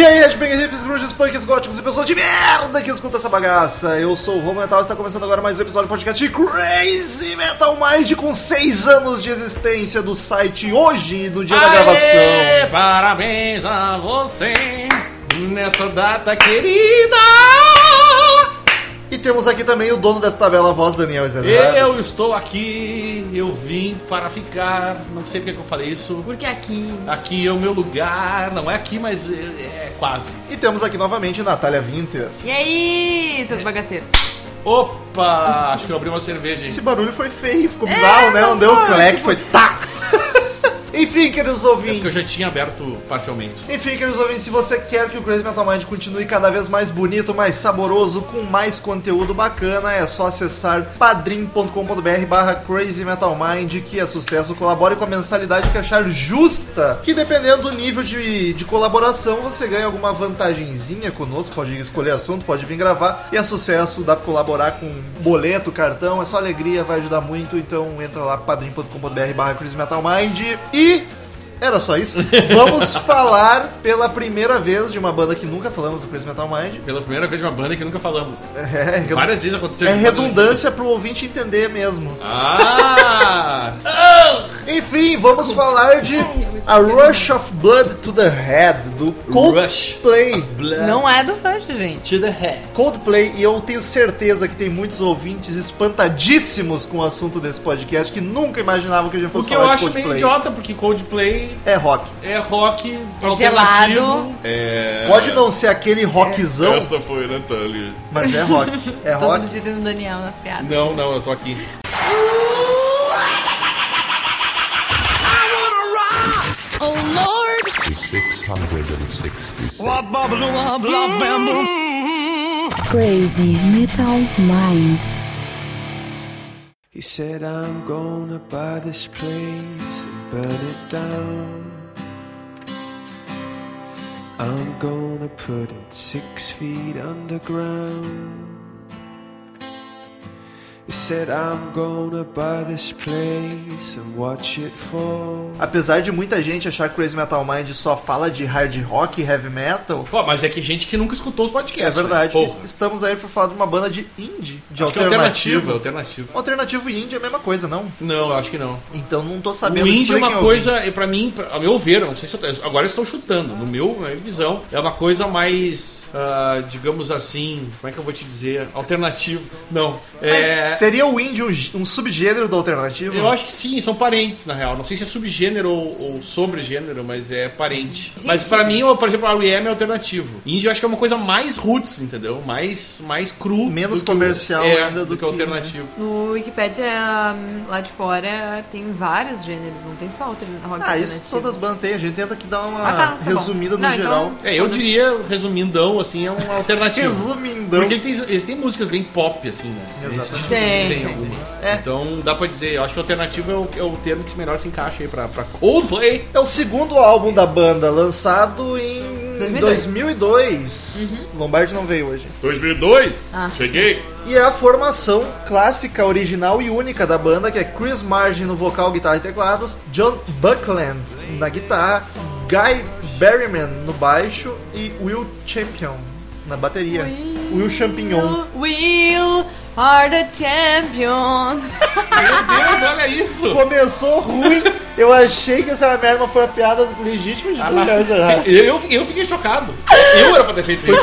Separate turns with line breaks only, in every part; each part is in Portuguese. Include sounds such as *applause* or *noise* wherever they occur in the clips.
Oh,
hippies, grunges, punks, góticos e pessoas de merda que escuta essa bagaça. Eu sou o Romulo Metal e está começando agora mais um episódio do podcast de Crazy Metal Mind com 6 anos de existência do site hoje e do dia da gravação.
Aê, Parabéns a você nessa data querida.
E temos aqui também o dono dessa tabela, a voz Daniel é Ezerhard.
Eu estou aqui, eu vim para ficar. Não sei porque que eu falei isso.
Porque aqui.
Aqui é o meu lugar, não é aqui, mas é, é quase.
E temos aqui novamente Natália Winter.
E aí,
É.
seus bagaceiros?
Opa, acho que eu abri uma cerveja. hein?
Esse barulho foi feio, ficou bizarro, né? Não,
não
deu
foi,
clack,
tipo-
foi tax. *laughs* Enfim, queridos
É porque eu já
ouvintes.
tinha aberto parcialmente.
Enfim, queridos ouvintes, se você quer que o Crazy Metal Mind continue cada vez mais bonito, mais saboroso, com mais conteúdo bacana, é só acessar padrim.com.br barra Crazy Metal Mind, que é sucesso. Colabore com a mensalidade que achar justa, que dependendo do nível de, de colaboração, você ganha alguma vantagenzinha conosco, pode escolher assunto, pode vir gravar, e é sucesso, dá pra colaborar com boleto, cartão, é só alegria, vai ajudar muito, então entra lá, padrim.com.br barra Crazy Metal Mind, e... Era só isso. Vamos falar pela primeira vez de uma banda que nunca falamos do Crazy Metal Mind.
Pela primeira vez uma banda que nunca falamos.
É, redu-
Várias vezes aconteceu.
é redundância pro ouvinte entender mesmo.
Ah!
Enfim, vamos falar de A Rush of Blood to the Head do
Rush.
Coldplay.
Blood
Não é do Rush, gente.
to the head.
Coldplay, e eu tenho certeza que tem muitos ouvintes espantadíssimos com o assunto desse podcast que nunca imaginavam que a gente
O
fosse
que eu
falar de
acho
Coldplay.
meio idiota, porque Coldplay
É rock.
é rock
gelado.
alternativo. É.
Pode não ser aquele rockzão,
Esta foi a Natália.
mas é rock. É
Tô
rock.
substituindo o Daniel nas piadas.
Não, não, eu tô aqui.
Crazy Metal Mind.
He said, I'm gonna buy this place and burn it down. I'm gonna put it six feet underground. He said, I'm gonna buy this place and watch it fall.
Apesar de muita gente achar que Crazy Metal Mind só fala de hard rock e heavy metal,
Pô, mas é que gente que nunca escutou os
é
podcasts.
verdade.
Né? Porra.
Estamos aí pra falar de uma banda de indie, de
Acho que é
alternativo.
alternativa,
alternativo.
alternativa.
e indie é a mesma coisa, não?
Não, eu acho que não.
Então não tô
O
sabendo.
indie é
Expliquem,
uma coisa,
ouvintes.
e pra mim, pra- a meu ver, eu não sei se eu, tô- agora eu estou chutando, no meu, na minha visão, é uma coisa mais, ah, digamos assim, como é que eu vou te dizer, alternativa. Não, é,
Seria o indie um, gê- um subgênero do alternativo?
eu acho que sim, são parentes na real. Não sei se é subgênero ou, ou sobregênero, mas é parente.
Gente.
Mas pra mim, eu, por exemplo, a R.E.M. é alternativo. Indie eu acho que é uma coisa mais roots, entendeu? Mais, mais cru,
Menos
do que o-
comercial
é,
ainda né?
do que, alternativo.
No Wikipedia, hum, lá de fora, tem vários gêneros, não tem só altern- rock
Ah, isso
alternativo.
todas as bandas têm. A gente tenta aqui dar uma
Ah, tá, tá bom.
resumida no
Não, então-
geral.
É, eu diria, resumindão, assim, é
*laughs*
uma alternativa.
Resumindão.
Porque ele tem- eles têm músicas bem pop, assim, né?
Exatamente.
Eles
Tem, tem,
algumas.
É.
Então dá pra dizer, eu acho que alternativa é o, é o termo que melhor se encaixa aí pra, pra Coldplay.
É o segundo álbum da banda, lançado em
2002.
2002.
Uhum.
Lombardi não veio hoje.
2002,
Ah.
cheguei.
E é a formação clássica, original e única da banda, que é Chris Margin no vocal, guitarra e teclados, John Buckland na guitarra, Guy Berryman no baixo e Will Champion na bateria. Will Champignon.
Will are the champion.
Meu Deus, olha isso!
Começou ruim, eu achei que essa merda foi uma piada legítima
Ah,
de Daniel Ezerhard.
Eu, eu fiquei chocado. *laughs* Eu era pra ter feito isso.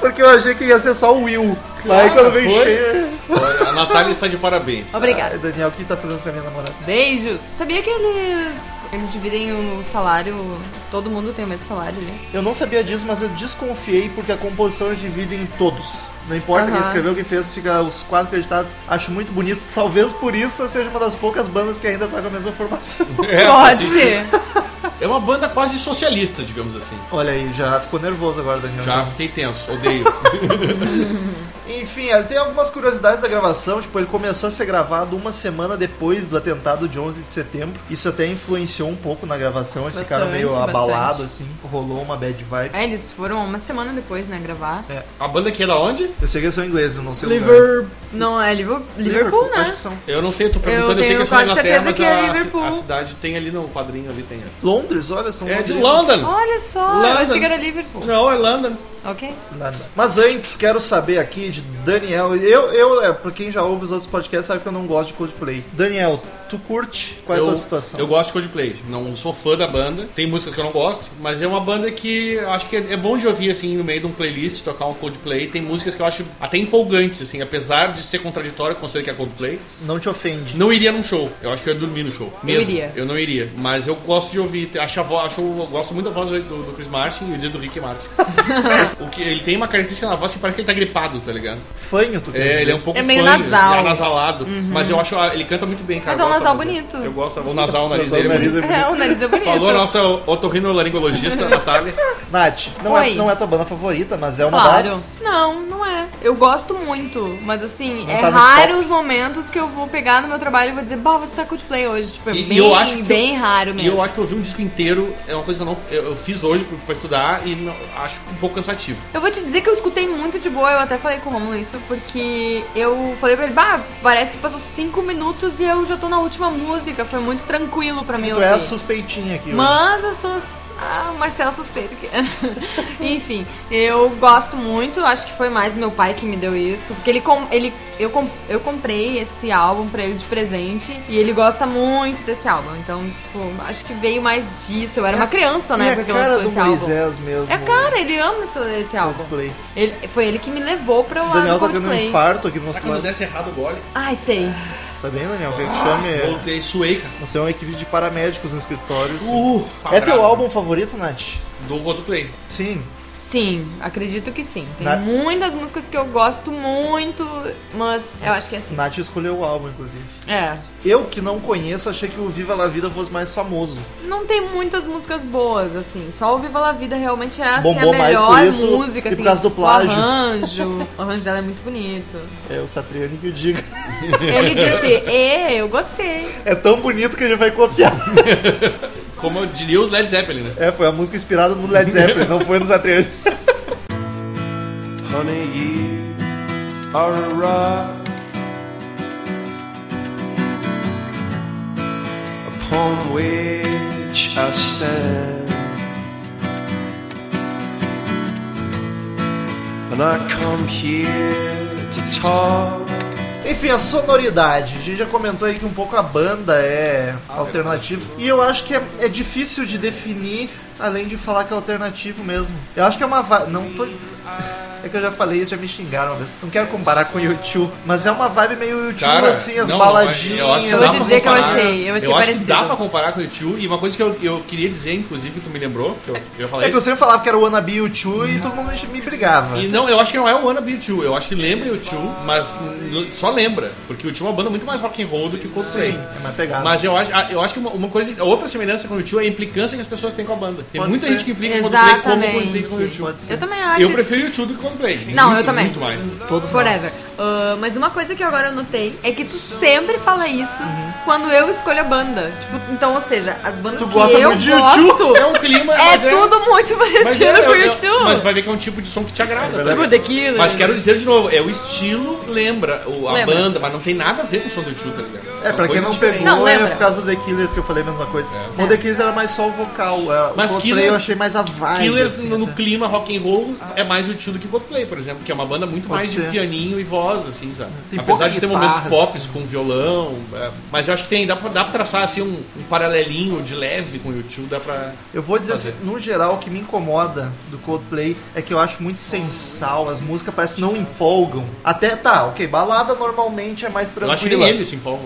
Porque eu achei que ia ser só o Will. Aí quando veio
foi.
cheio.
Olha, A Natália está de parabéns.
Obrigada.
Ah, Daniel, o que tá fazendo com a minha namorada?
Beijos. Sabia que eles, eles dividem o salário, todo mundo tem o mesmo salário ali.
Eu não sabia disso, mas eu desconfiei porque a composição eles dividem em todos. Não importa quem
Aham.
escreveu, quem fez, fica os quatro acreditados. Acho muito bonito. Talvez por isso eu seja uma das poucas bandas que ainda tá com a mesma formação. *laughs*
É,
Pode
assim,
ser.
É uma banda quase socialista, digamos assim.
Olha aí, já ficou nervoso agora, Daniel.
Já fiquei tenso, odeio.
Enfim, é, tem algumas curiosidades da gravação. Tipo, ele começou a ser gravado uma semana depois do atentado de 11 de setembro. Isso até influenciou um pouco na gravação. Eles
Bastante,
ficaram meio
bastante.
abalados, assim. Rolou uma bad vibe.
É, eles foram uma semana depois, né, gravar.
A banda que é da onde?
Eu sei que eles são ingleses, não sei o lugar.
Liverpool. Não, é Liverpool, Liverpool né?
né? Acho que são.
Eu não sei, eu tô perguntando, eu,
Eu
sei que
tenho
é só na
quase
Inglaterra,
certeza
mas
que é
a- a,
Liverpool.
cidade tem ali no quadrinho ali, tem. ó.
Londres, olha, são
É de
londrinos.
London.
Olha só,
London.
eu achei que era Liverpool.
Não, é London.
Ok?
Nada. Mas antes, quero saber aqui de Daniel. Eu, eu é, pra quem já ouve os outros podcasts, sabe que eu não gosto de Coldplay. Daniel, tu curte? Qual é a
eu,
tua situação?
eu gosto de Coldplay. Não sou fã da banda. Tem músicas que eu não gosto, mas é uma banda que eu acho que é, é bom de ouvir assim no meio de um playlist tocar um Coldplay. Tem músicas que eu acho até empolgantes assim, apesar de ser contraditório com o que é Coldplay.
Não te ofende.
Não iria num show. Eu acho que eu ia dormir no show. Mesmo.
iria.
Eu não iria. Mas eu gosto de ouvir. Acho, a vo- acho, eu gosto muito da voz do, do Chris Martin e o dia do Rick
*laughs*
Martin. o que, ele tem uma característica na voz que parece que ele tá gripado, tá ligado?
Fanho, tu quer
É,
dizer?
ele é um pouco
É meio
fanho,
nasal. Uhum.
é nasalado. Mas eu acho. Ele canta muito bem, cara.
Mas é um
Eu gosto da voz dele. Eu gosto.
nasal bonito.
da- O nasal, o nariz
Só o
dele. é
nariz
bonito.
é bonito.
É, o
*laughs*
nariz é bonito.
Falou a nossa
*laughs*
otorrinolaringologista, Natália.
Nath, não é,
Oi.
não é tua banda favorita, mas é uma
Claro.
das.
Não, não é. Eu gosto muito, mas assim,
Não
é
tá no
raro
top.
os momentos que eu vou pegar no meu trabalho e vou dizer, bah, você tá Coldplay hoje. Tipo, é
E- e
bem,
eu acho que
bem raro
E
mesmo.
eu acho que ouvir um disco inteiro é uma coisa que eu não. Eu, eu fiz hoje pra, pra estudar e não- acho um pouco cansativo.
Eu vou te dizer que eu escutei muito de boa, eu até falei com o Romulo isso, porque eu falei pra ele, bah, parece que passou cinco minutos e eu já tô na última música, foi muito tranquilo pra mim
Tu é a
ouvir.
suspeitinha aqui. hoje.
Mas eu sou. Ah, o Marcelo suspeito que era. *laughs* Enfim, eu gosto muito, acho que foi mais meu pai que me deu isso. Porque ele, com, ele eu, com, eu comprei esse álbum pra ele de presente e ele gosta muito desse álbum. Então, tipo, acho que veio mais disso. Eu era uma criança,
É, E
né?
a
Porque
cara
lançou
do
esse álbum.
Moisés mesmo.
É cara, ele ama esse, esse álbum.
Coldplay.
Ele, foi ele que me levou pra
O
lá
Daniel
no
tá tendo um
Coldplay.
infarto aqui no
Será
nosso
que quando
lado.
desse errado o gole?
Ai, sei.
Tá bem, Daniel? Quer que chame?
Voltei, suei, cara.
Você é uma equipe de paramédicos no escritório. assim.
Uh,
é teu álbum favorito, Nath?
Do Coldplay.
Sim.
Sim, acredito que sim. Tem
Na-
muitas músicas que eu gosto muito, mas eu acho que é assim.
Nath escolheu o álbum, inclusive.
É.
Eu que não conheço, achei que o Viva La Vida fosse mais famoso.
Não tem muitas músicas boas, assim. Só o Viva La Vida realmente é assim,
Bombou
a
mais
melhor
por isso
música,
e por
assim.
causa do plágio.
O arranjo. O arranjo dela é muito
*laughs*
bonito.
É o Satriani que o diga.
Ele disse, é, eu gostei.
É tão bonito que a gente vai copiar.
Como eu diria os Led Zeppelin, né?
É, foi a música inspirada no Led Zeppelin, não foi no *laughs* Satriani.
Honey, you are a rock upon which I stand, and I come here to talk.
Enfim, a sonoridade. A gente já comentou aí que um pouco a banda é alternativa. E eu acho que é, é difícil de definir, além de falar que é alternativo mesmo. Eu acho que é uma vibe. Não tô. É que eu já falei isso, já me xingaram uma vez. Não quero comparar com o YouTube, mas é uma vibe meio YouTube, assim, as
não, não,
baladinhas. né?
eu acho que
Eu
dá
vou
pra
dizer que eu
comparar.
achei, eu achei
acho que
parecido.
dá pra comparar com o YouTube. E uma coisa que eu, eu queria dizer, inclusive, que tu me lembrou, que eu, eu ia falar
É que eu
isso.
sempre falava que era o Wannabe U2 e todo mundo me- me brigava.
E não, eu acho que não é o Wannabe U2. Eu acho que lembra o U2, mas n- só lembra. Porque o U2 é uma banda muito mais rock and roll do que o Coldplay.
Sim, é mais pegada.
Mas eu acho, eu acho que uma, uma coisa, outra semelhança com o U2 é a implicância que as pessoas têm com a banda. Tem
Pode
muita
ser.
gente que implica com o Coldplay como
Exatamente.
implica com o U2.
Pode
Eu
ser.
também acho.
Eu
isso-
prefiro o U2 do que o Coldplay.
Não,
Muito,
eu também.
Muito mais.
Todos
Forever.
nós.
Ah, mas uma coisa que eu agora notei é que tu sempre fala isso quando eu escolho a banda. Tipo, então, ou seja, as bandas
Tu
que
gosta
eu
muito de U2?
gosto
É um clima,
é
mas
tudo muito
mas
parecido
é-
com o
é-
YouTube.
Mas vai ver que é um tipo de som que te agrada. tá
Tipo,
ligado?
The Killer.
Mas quero dizer de novo, é o estilo lembra o- a
Lembra.
banda, mas não tem nada a ver com o som do YouTube, tá ligado?
É,
São
pra quem
coisas
não
diferentes.
pegou,
Não,
é
lembra.
por causa do The Killers que eu falei a mesma coisa.
É.
O The Killers era mais só o vocal. é,
Mas
o Coldplay
Killers-
eu achei mais a vibe.
Killers
assim,
no, no
até.
clima rock and roll é mais o do que o Coldplay, por exemplo, que é uma banda muito
Pode
mais
ser.
de pianinho e voz, assim, sabe?
Tem pouca
Apesar de ter
guitarra,
momentos pop
assim.
com violão, é, mas eu acho que tem, dá pra, dá pra traçar assim um, um paralelinho de leve com o YouTube, dá pra.
Eu vou dizer
Fazer.
assim, no geral, o que me incomoda do Coldplay é que eu acho muito sensal, as músicas parecem que não empolgam. Até tá, ok, balada normalmente é mais
Eu acho que nem
tranquila.
ele se empolga.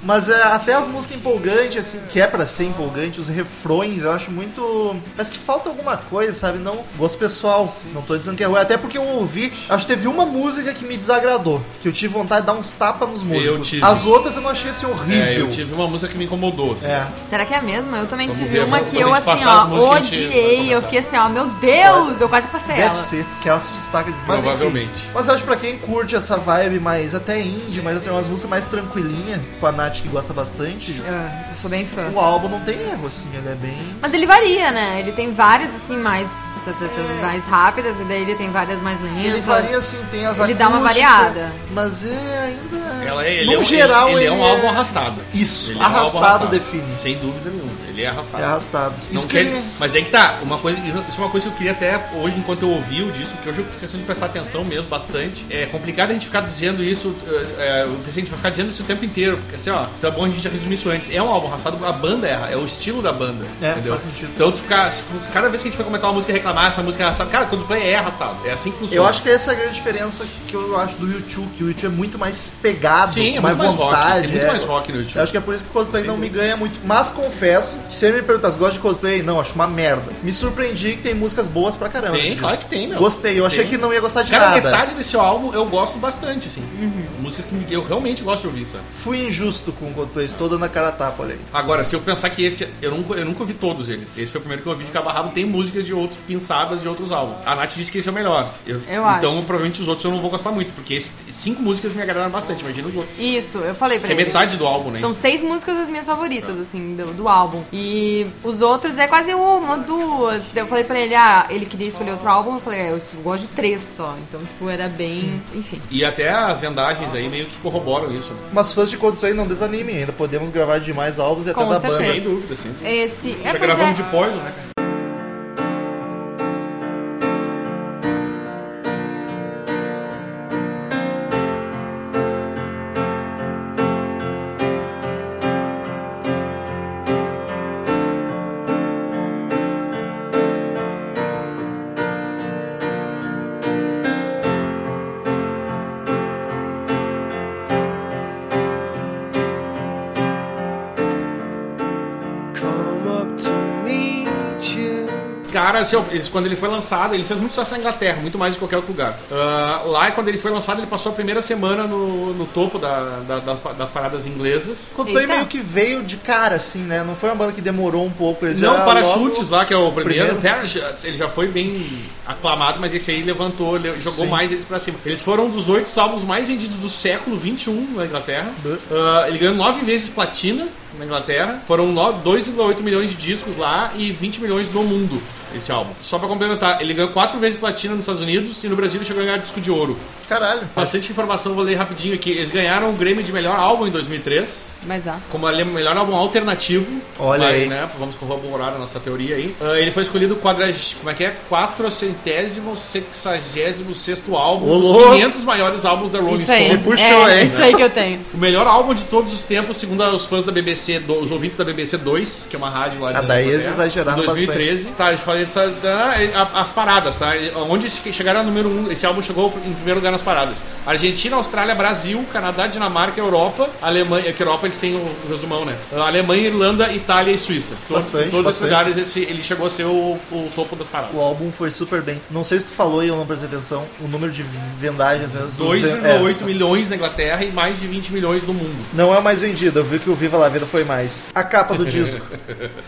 Mas é, até as músicas empolgantes, assim, que é pra ser empolgante, os refrões, eu acho muito. Parece que falta alguma coisa, sabe? Não. Gosto pessoal, não tô dizendo que é ruim. Até porque eu ouvi, acho que teve uma música que me desagradou. Que eu tive vontade de dar uns tapas nos músicos.
tive.
As outras eu não achei assim horrível.
É, eu tive uma música que me incomodou, assim.
É.
Será que é a mesma? Eu também
Vamos
tive
ver,
uma
vamos-
que
quando
eu,
a gente
assim,
passar
ó,
as músicas, a gente vai
odiei. Eu
comentar.
fiquei assim, ó, meu Deus, eu quase passei
Deve
ela.
ser, porque ela se destaca demais. Mas, enfim.
Provavelmente.
Mas eu acho que pra quem curte essa vibe mais até indie, mas eu tenho umas músicas mais tranquilinha, com a Nath Nath que gosta bastante,
Eu sou bem fã.
o álbum não tem erro, assim, ele é bem.
Mas ele varia, né? Ele tem várias assim mais, t- t-
É.
t- mais rápidas e daí ele tem várias mais lentas.
Ele varia assim, tem as
Ele dá uma
acústicas,
variada.
Mas é ainda.
Ela é,
no
ele é um,
geral,
ele, ele é um álbum arrastado.
Isso,
Ele é um álbum
arrastado, define.
Sem dúvida nenhuma. Ele é arrastado.
É arrastado.
Não
Isso que
quer-
ele-
Mas é que tá, uma coisa, isso é uma coisa que eu queria até hoje, enquanto eu ouvi o disco, porque hoje eu preciso de prestar atenção mesmo bastante. É complicado a gente ficar dizendo isso, é, é, eu pensei, a gente vai ficar dizendo isso o tempo inteiro, porque assim, ó, tá bom a gente já resumir isso antes. É um álbum arrastado, a banda erra, é o estilo da banda,
É,
entendeu?
faz sentido.
Então tu ficar, cada vez que a gente for comentar uma música e reclamar, essa música é arrastada, cara, quando play é arrastado, é assim que funciona.
Eu acho que essa é a grande diferença que eu acho do YouTube, que o YouTube é muito mais pegado,
Sim,
com
é muito mais rock,
vontade.
tem muito
é.
mais rock no
Eu
YouTube.
acho que é por isso que Coldplay não me ganha muito. Mas confesso que se ele me perguntar se gosta de Coldplay, não, acho uma merda. Me surpreendi que tem músicas boas pra caramba.
Tem,
nesse disco.
claro que tem, meu.
Gostei, eu achei
Tem.
que não ia gostar de
Cara, tá-
nada.
metade desse álbum eu gosto bastante, assim.
Uhum.
Músicas que me- eu realmente gosto de ouvir, sabe?
Fui injusto com o Coldplay, estou dando a cara a tapa, olha aí.
Agora, se eu pensar que esse. Eu nunca, eu nunca ouvi todos eles. Esse foi o primeiro que eu ouvi de Cabo a Rabo. Tem músicas de outros, pinçadas de outros álbuns. A Nath disse que esse é o melhor.
Eu
então,
acho.
provavelmente os outros eu não vou gostar muito, porque esse- cinco músicas me agradaram bastante, imagina os outros.
Isso, eu falei pra
Que é
ele.
metade do álbum, né?
São seis músicas as minhas favoritas, assim, do, do álbum. E os outros é quase uma, duas. Daí eu falei pra ele, ah, ele queria escolher outro álbum. Eu falei, é, eu gosto de três só. Então, tipo, era bem. Enfim.
E até as vendagens aí meio que corroboram isso. né?
Mas fãs de Coldplay não desanimem, ainda podemos gravar de mais álbuns e até
Com
da
certeza.
Sem
banda.
dúvida, sim.
Esse. É,
Já
pois é.
gravamos de Poison, né? cara?
Come up to meet you.
Cara, assim, ó, esse- quando ele foi lançado, ele fez muito sucesso na Inglaterra, muito mais do que qualquer outro lugar. Ah, lá, quando ele foi lançado, ele passou a primeira semana no, no topo da- da- da- das paradas inglesas.
Coldplay
Eita.
meio que veio de cara, assim, né? Não foi uma banda que demorou um pouco. Eles
Não,
já
Parachutes
logo-
lá, que é o primeiro.
Primeiro.
Parachutes, Ele já foi bem aclamado, mas esse aí levantou, le- jogou
Sim.
mais eles pra cima. Eles foram um dos oito álbuns mais vendidos do século XXI na Inglaterra.
Bã.
Ah, ele ganhou nove vezes platina na Inglaterra. Foram no- 2,8 milhões de discos lá e 20 milhões no mundo, esse álbum. Só pra complementar, ele ganhou quatro vezes platina nos Estados Unidos e no Brasil ele chegou a ganhar disco de ouro.
Caralho.
Bastante informação, vou ler rapidinho aqui. Eles ganharam o Grêmio de melhor álbum em 2003
Mas ah.
como ele é o melhor álbum alternativo.
Olha
vai,
aí.
Né? Vamos corroborar a nossa teoria aí. Ah, ele foi escolhido quadra... como é que é? 460 sexagésimo sexto álbum, um
Ô,
dos
louco.
500 maiores álbuns da Rolling
Isso aí.
Se
Stone.
puxou,
é,
hein?
Isso aí que eu tenho.
O melhor álbum de todos os tempos, segundo os fãs da BBC, do- os ouvintes da BBC 2, que é uma rádio lá de
Ah, daí
Inglaterra,
eles exageraram
em 2013. Tá, eu falei só da- a- as paradas, tá? Onde che- chegaram ao número 1, um, esse álbum chegou em primeiro lugar nas paradas. Argentina, Austrália, Brasil, Canadá, Dinamarca, Europa, Alemanha, é que Europa eles têm o resumão, né? Alemanha, Irlanda, Itália e Suíça. Todos,
Bastante,
todos esses
bastante.
lugares esse- ele chegou a ser o, o topo das paradas.
O álbum foi super bem. Não sei se tu falou e eu não prestei atenção. O número de vendagens mesmo.
2,8
é.
milhões na Inglaterra e mais de 20 milhões no mundo.
Não é o mais vendido. Eu vi que o Viva La Vida foi mais. A capa do
*laughs*
disco.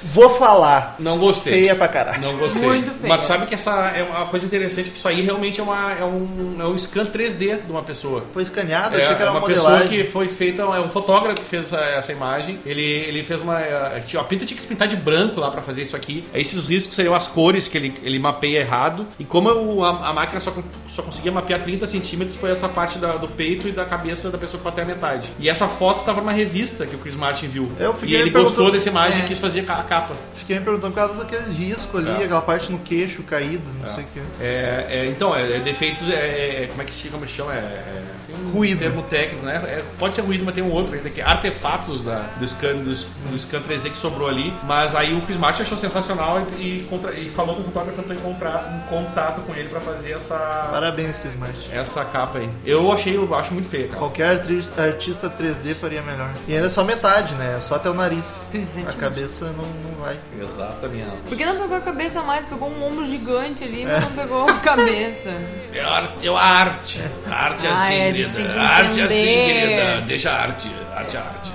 Vou falar.
Não gostei.
Feia pra caralho.
Não gostei.
Muito feio.
Mas sabe que essa é uma coisa interessante que isso aí realmente é, uma, é, um, é um scan 3D de uma pessoa.
Foi escaneado,
É,
achei que era
é uma pessoa
modelagem.
que foi feita, é um fotógrafo que fez a- essa imagem. Ele, ele fez uma. é, tinha- A pinta tinha que se pintar de branco lá pra fazer isso aqui. Aí Esses riscos seriam as cores que ele, ele mapeia errado. E como eu- a, a máquina só, con- só conseguia mapear 30 centímetros, foi essa parte da- do peito e da cabeça da pessoa que foi até a metade. E essa foto tava numa revista que o Chris Martin viu.
Eu
e
fiquei
ele
perguntando-
gostou dessa imagem
É.
e quis fazer a capa.
Fiquei me perguntando por causa daqueles riscos ali,
É.
aquela parte no queixo caído, não sei o que.
É, é, então, é, é defeitos, é, é- como é que se como chama? É, é, tem um
Ruído.
termo técnico, né? É, pode ser ruído, mas tem um outro ainda que é artefatos da, do, scan, do, do scan 3D que sobrou ali. Mas aí o Chris Martin achou sensacional e, e contra- e falou com o fotógrafo, tentou encontrar um contato com ele pra fazer essa,
Parabéns, Chris Martin.
essa capa aí. Eu achei, eu acho muito feia, cara.
Qualquer artri- artista 3D faria melhor. E ainda é só metade, né? É Só até o nariz.
13
A
centímetros.
cabeça não, não vai.
Exatamente.
Por que não pegou a cabeça mais? Pegou um ombro gigante ali, mas não pegou a cabeça.
É arte, é arte. A Arte é
Ai, a
assim,
gente tem que
querida. A Arte é assim,
entender.
querida. Deixa a arte. Arte é arte.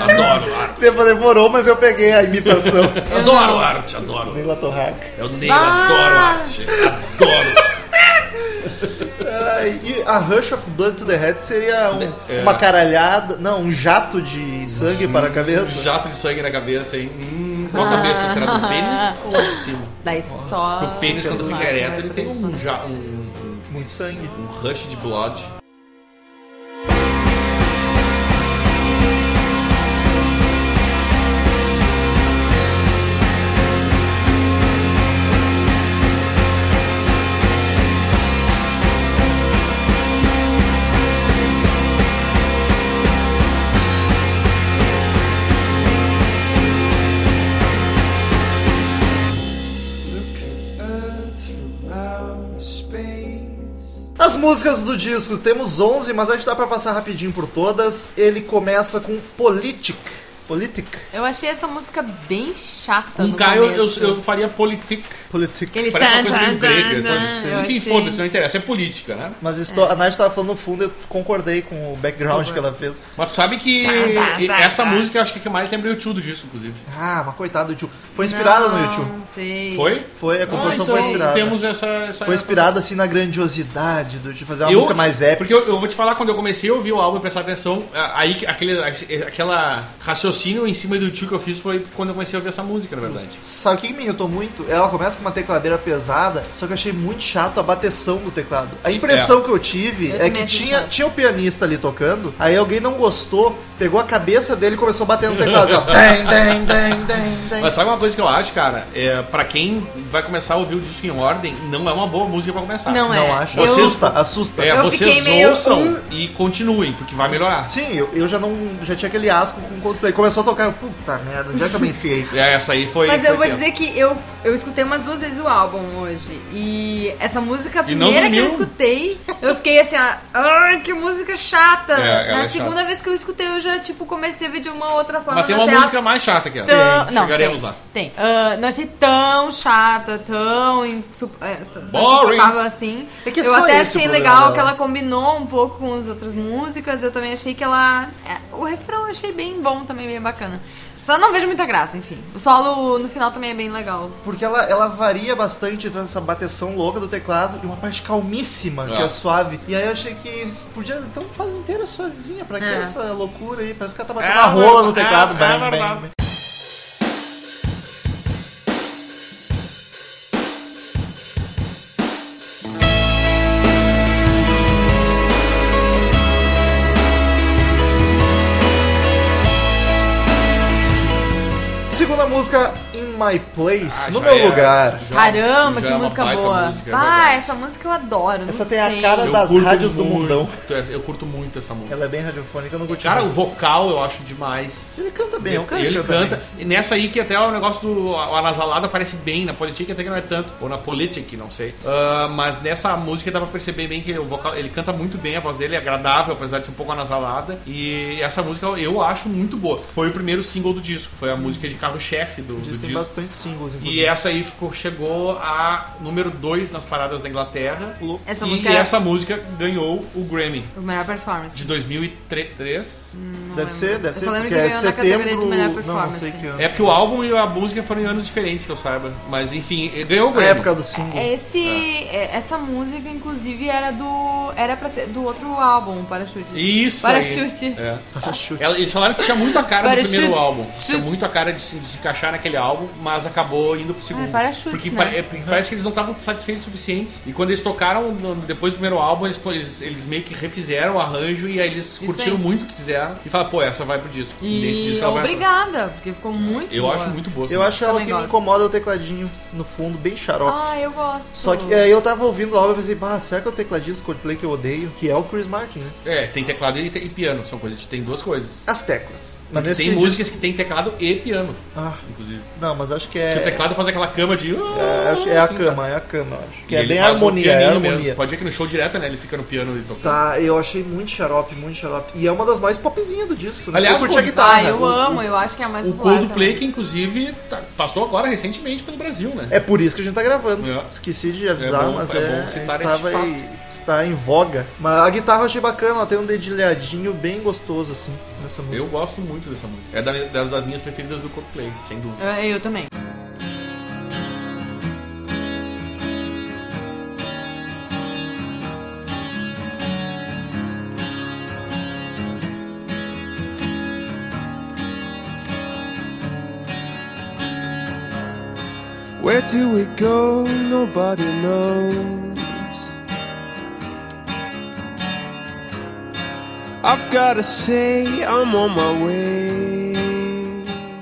Adoro arte.
Tempo demorou, mas eu peguei a imitação. *laughs*
Adoro arte, adoro.
Neila Torraca.
Eu nem
Bah!
adoro arte. Adoro.
É, e a Rush of Blood to the Head seria um-
É.
uma caralhada. Não, um jato de sangue para a cabeça.
Um Jato de sangue na cabeça, hein? Hum, qual a cabeça? Será do pênis ou de cima?
Daí só.
Porque o pênis, quando fica
Mas-
ereto, ele tem um, ja- um,
Muito sangue.
um rush de blood.
Look at Earth from outer space.
As músicas do disco, temos 11, mas acho que dá pra passar rapidinho por todas. Ele começa com Politic. Politic.
Eu achei essa música bem chata.
Um
Tá no
K eu, eu,
começo. tá,
eu faria politic.
Politic.
Aquele
Parece uma coisa
tan,
meio
tan,
grega,
tan,
sabe?
tá, eu
Enfim,
achei.
foda-se, não interessa. É política, né?
Mas estou, a Nath tava falando no fundo, eu concordei com o background que ela fez.
Mas tu sabe que
Tá, tá, tá,
essa
tá.
música eu acho que é que mais lembra o tio do disco, inclusive.
Ah, mas coitado do YouTube. Foi inspirada no
Não,
YouTube.
Sei.
Foi?
Foi, a composição
então
foi inspirada.
Temos essa, essa
Foi inspirada assim na grandiosidade do de fazer uma
Eu-
música mais épica.
Porque eu, eu vou te falar, quando eu comecei a ouvir o álbum e prestar atenção, a- aí que- aquele aquela raciocínio em cima do tio que eu fiz foi quando eu comecei a ouvir essa música, na verdade.
Sabe o que me irritou muito? Ela começa com uma tecladeira pesada, só que eu achei muito chato a bateção do teclado. A impressão que eu tive
Eu
é
também
que
achei
tinha,
chato.
tinha o pianista ali tocando, aí alguém não gostou, pegou a cabeça dele e começou a bater no teclado. assim, ó, dem, dem, dem, dem, dem.
Mas sabe uma coisa que eu acho, cara? É, pra quem vai começar a ouvir o disco em ordem, não é uma boa música pra começar.
Não é.
Não acho.
Eu-
Assusta, assusta.
É,
Eu
vocês
fiquei meio,
ouçam
hum.
e continuem, porque vai melhorar.
Sim, eu, eu já não. Já tinha aquele asco com o Coldplay. Começou a tocar, eu, puta merda, onde é que eu me enfiei?
É, essa aí foi.
Mas eu
foi tempo.
vou dizer que eu, eu escutei umas duas vezes o álbum hoje. E essa música, a
E não
primeira que eu
dormiu.
escutei, eu fiquei assim, ah, "Ah, que música chata.
É, ela
Na
é
segunda
chata.
vez que eu escutei, eu já, tipo, comecei a ver de uma outra forma.
Mas tem
não
uma
achei ela
música mais chata que ela.
tão... Não,
Chegaremos
tem,
lá.
Tem. Ah, não achei tão chata, tão, insu... é, tão
Boring.
insuportável assim.
É que é
eu
só
até
esse o
achei
problema
legal
dela.
que ela combinou um pouco com as outras músicas. Eu também achei que ela. é, o refrão eu achei bem bom também, bem bacana. Só não vejo muita graça, enfim. O solo no final também é bem legal.
Porque ela, ela varia bastante entre essa bateção louca do teclado e uma parte calmíssima, que é
É.
suave. E aí eu achei que isso podia. Então faz inteira suavezinha, pra que
É.
essa loucura aí? Parece que ela tá
É,
batendo uma rola no
é,
teclado.
é
bang, bang,
verdade.
bang. Segunda música, In My Place,
Ah,
no
já
meu
é-
lugar.
já-
Caramba,
já
que
é uma
música
baita
boa.
música, é
ah,
verdade.
essa música eu adoro. não
Essa tem a
sei.
cara
Eu
É das
curto
rádios do
muito,
mundão.
é, Eu curto muito essa música.
Ela é bem radiofônica, eu não curti.
Cara, o
muito.
vocal eu acho demais.
ele canta bem, é eu
E
canto.
ele canta. E nessa aí que até o negócio do a- o anasalado aparece bem na Politic, até que não é tanto. Ou na Politic, não sei. Ah, mas nessa música dá pra perceber bem que o vocal, ele canta muito bem, a voz dele é agradável, apesar de ser um pouco anasalada. E essa música eu acho muito boa. Foi o primeiro single do disco, foi a música de carro-chefe do, do
Diz, tem
disco.
bastante singles,
E é- essa aí ficou, chegou a número 2 nas paradas da Inglaterra.
Essa
e
música é era-
essa música ganhou o Grammy
O melhor performance.
de 2003.
Deve ser, deve
Eu
ser,
só lembro
porque
que
é de
ganhou na categoria
setembro.
de melhor
Não, não sei
performance.
que ano.
É porque o álbum e a música foram em anos diferentes, que eu saiba. Mas enfim, ele ganhou o
Na
Grammy.
época do single.
Esse, é, Essa música, inclusive, era do. Era pra ser do outro álbum, Parachute.
Isso
Parachute.
aí. É.
Chute.
Ela- Eles falaram que tinha muito a cara do
Parachutes.
primeiro álbum. Tinha muito a cara de se de se encaixar naquele álbum, mas acabou indo pro segundo.
Ah, Parachutes,
porque,
né?
pare- é, porque parece que eles não estavam satisfeitos o suficientes. E quando eles tocaram no- depois do primeiro álbum, eles, eles, eles meio que refizeram o arranjo e aí eles curtiram
aí.
muito o que fizeram. E falaram, pô, essa vai pro disco. Nesse
E
disco ela vai pro-
obrigada, porque ficou muito
Eu
boa.
acho muito boa. essa
Eu acho ela
Também
que me
gosto.
incomoda o tecladinho no fundo, bem xarope.
Ah, eu gosto.
Só que é, aí eu tava ouvindo o álbum e pensei, bah, será que é o tecladista do Coldplay que eu odeio? Que é o Chris Martin, né?
É, tem teclado e, te- e piano, são coisas, tem duas coisas.
As teclas. Mas
Porque
nesse
tem
disco-
músicas que tem teclado e piano,
Ah,
inclusive.
não, mas acho que
Porque o
é.
teclado faz aquela cama de. "Ah,
É, acho- é a
Assim,
cama, é a cama, eu acho.
sabe?
Que
E
é
ele
bem
faz o
harmonia, é
pianinho mesmo.
harmonia.
Pode ver que no show direto, né? Ele fica no piano e tocando.
Tá, eu achei muito xarope, muito xarope. E é uma das mais popzinhas do disco, né?
Aliás,
eu curti a
o-
guitarra.
Ah, eu
O-
amo, eu acho que é a mais
O
popular.
Coldplay,
também.
que inclusive tá- passou agora recentemente pelo Brasil, né?
É por isso que a gente tá gravando.
É.
Esqueci de avisar,
É bom-
mas
é
é,
bom citar
estava
este
em- está em voga. Mas a guitarra eu achei bacana, ela tem um dedilhadinho bem gostoso, assim, nessa música.
Eu gosto muito dessa música. É da- das, das minhas preferidas do Coldplay, sem dúvida.
É, Eu também.
Where do we go? Nobody knows. I've gotta say, I'm on my way.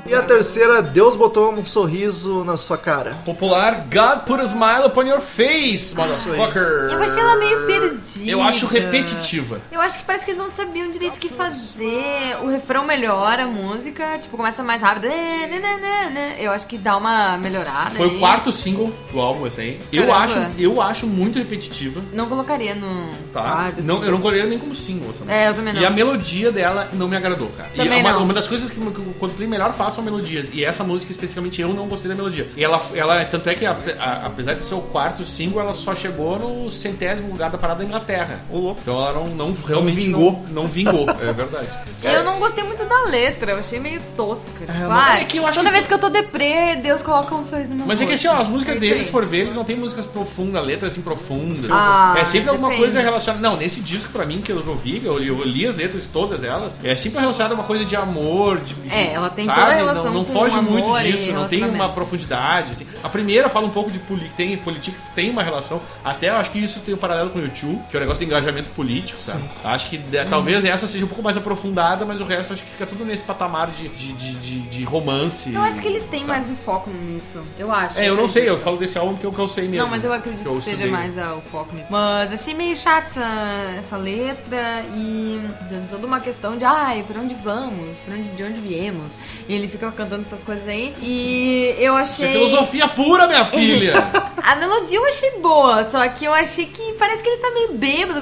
E a terceira, Deus botou um sorriso na sua cara.
Popular God Put a Smile Upon Your Face,
aí.
motherfucker.
Eu achei ela meio perdida.
Eu acho repetitiva.
Eu acho que parece que eles não sabiam direito o que fazer. O refrão melhora a música, tipo, começa mais rápido. É, né, né, né, né. Eu acho que dá uma melhorada.
Foi
aí.
o quarto single do álbum, esse aí. Eu
Né? Caramba.
acho, eu acho muito repetitiva.
Não colocaria no
Tá?
quarto.
não,
assim.
eu não coloquei nem como single essa música.
É, eu também não.
E a melodia dela não me agradou, cara. E
Também
é uma,
não.
uma das coisas que, que o Coldplay melhor faz são melodias. E essa música, especificamente, eu não gostei da melodia. E ela, ela tanto é que, a- a- apesar de ser o quarto single, ela só chegou no centésimo lugar da parada da Inglaterra.
Ô, louco.
Então ela não, não realmente
vingou.
Não, não vingou, é verdade.
Eu não gostei muito da letra, eu achei meio tosca. Tipo,
mas
ah,
é que eu acho
toda
que-
vez que eu tô deprê, Deus coloca um sorriso no meu
Mas é que assim,
rosto.
ó, as músicas
É isso
deles,
aí.
se for ver, eles não têm músicas profundas, letras assim profundas.
Ah,
é sempre alguma
depende.
coisa relacionada. Não, nesse disco pra mim que eu ouvi, eu, eu li as letras todas elas, é sempre relacionada a uma coisa de amor, de.
É, ela tem
sabe?
toda a relação
Não, não
com
foge
amor
muito
e
disso, não tem uma
relacionamento.
profundidade. assim. A primeira fala um pouco de poli tem, política, tem uma relação. Até eu acho que isso tem um paralelo com o YouTube, que é o negócio do engajamento político, sabe? Acho que é, talvez essa seja um pouco mais aprofundada, mas o resto acho que fica tudo nesse patamar de, de, de, de- de romance.
Eu acho que eles têm
sabe?
mais um foco nisso. Eu acho.
É, eu não sei, eu
acredito.
falo desse álbum é que eu, que eu sei mesmo.
Não, mas eu acredito que,
eu
seja
estudei.
mais ah, o foco nisso. Mas achei meio chato essa, essa letra e dando toda uma questão de, ai, pra onde vamos? Pra onde, de onde viemos? E ele fica cantando essas coisas aí. E eu
Isso é
achei.
filosofia pura, minha
*laughs*
filha!
A melodia eu achei boa, só que eu achei que parece que ele tá meio bêbado.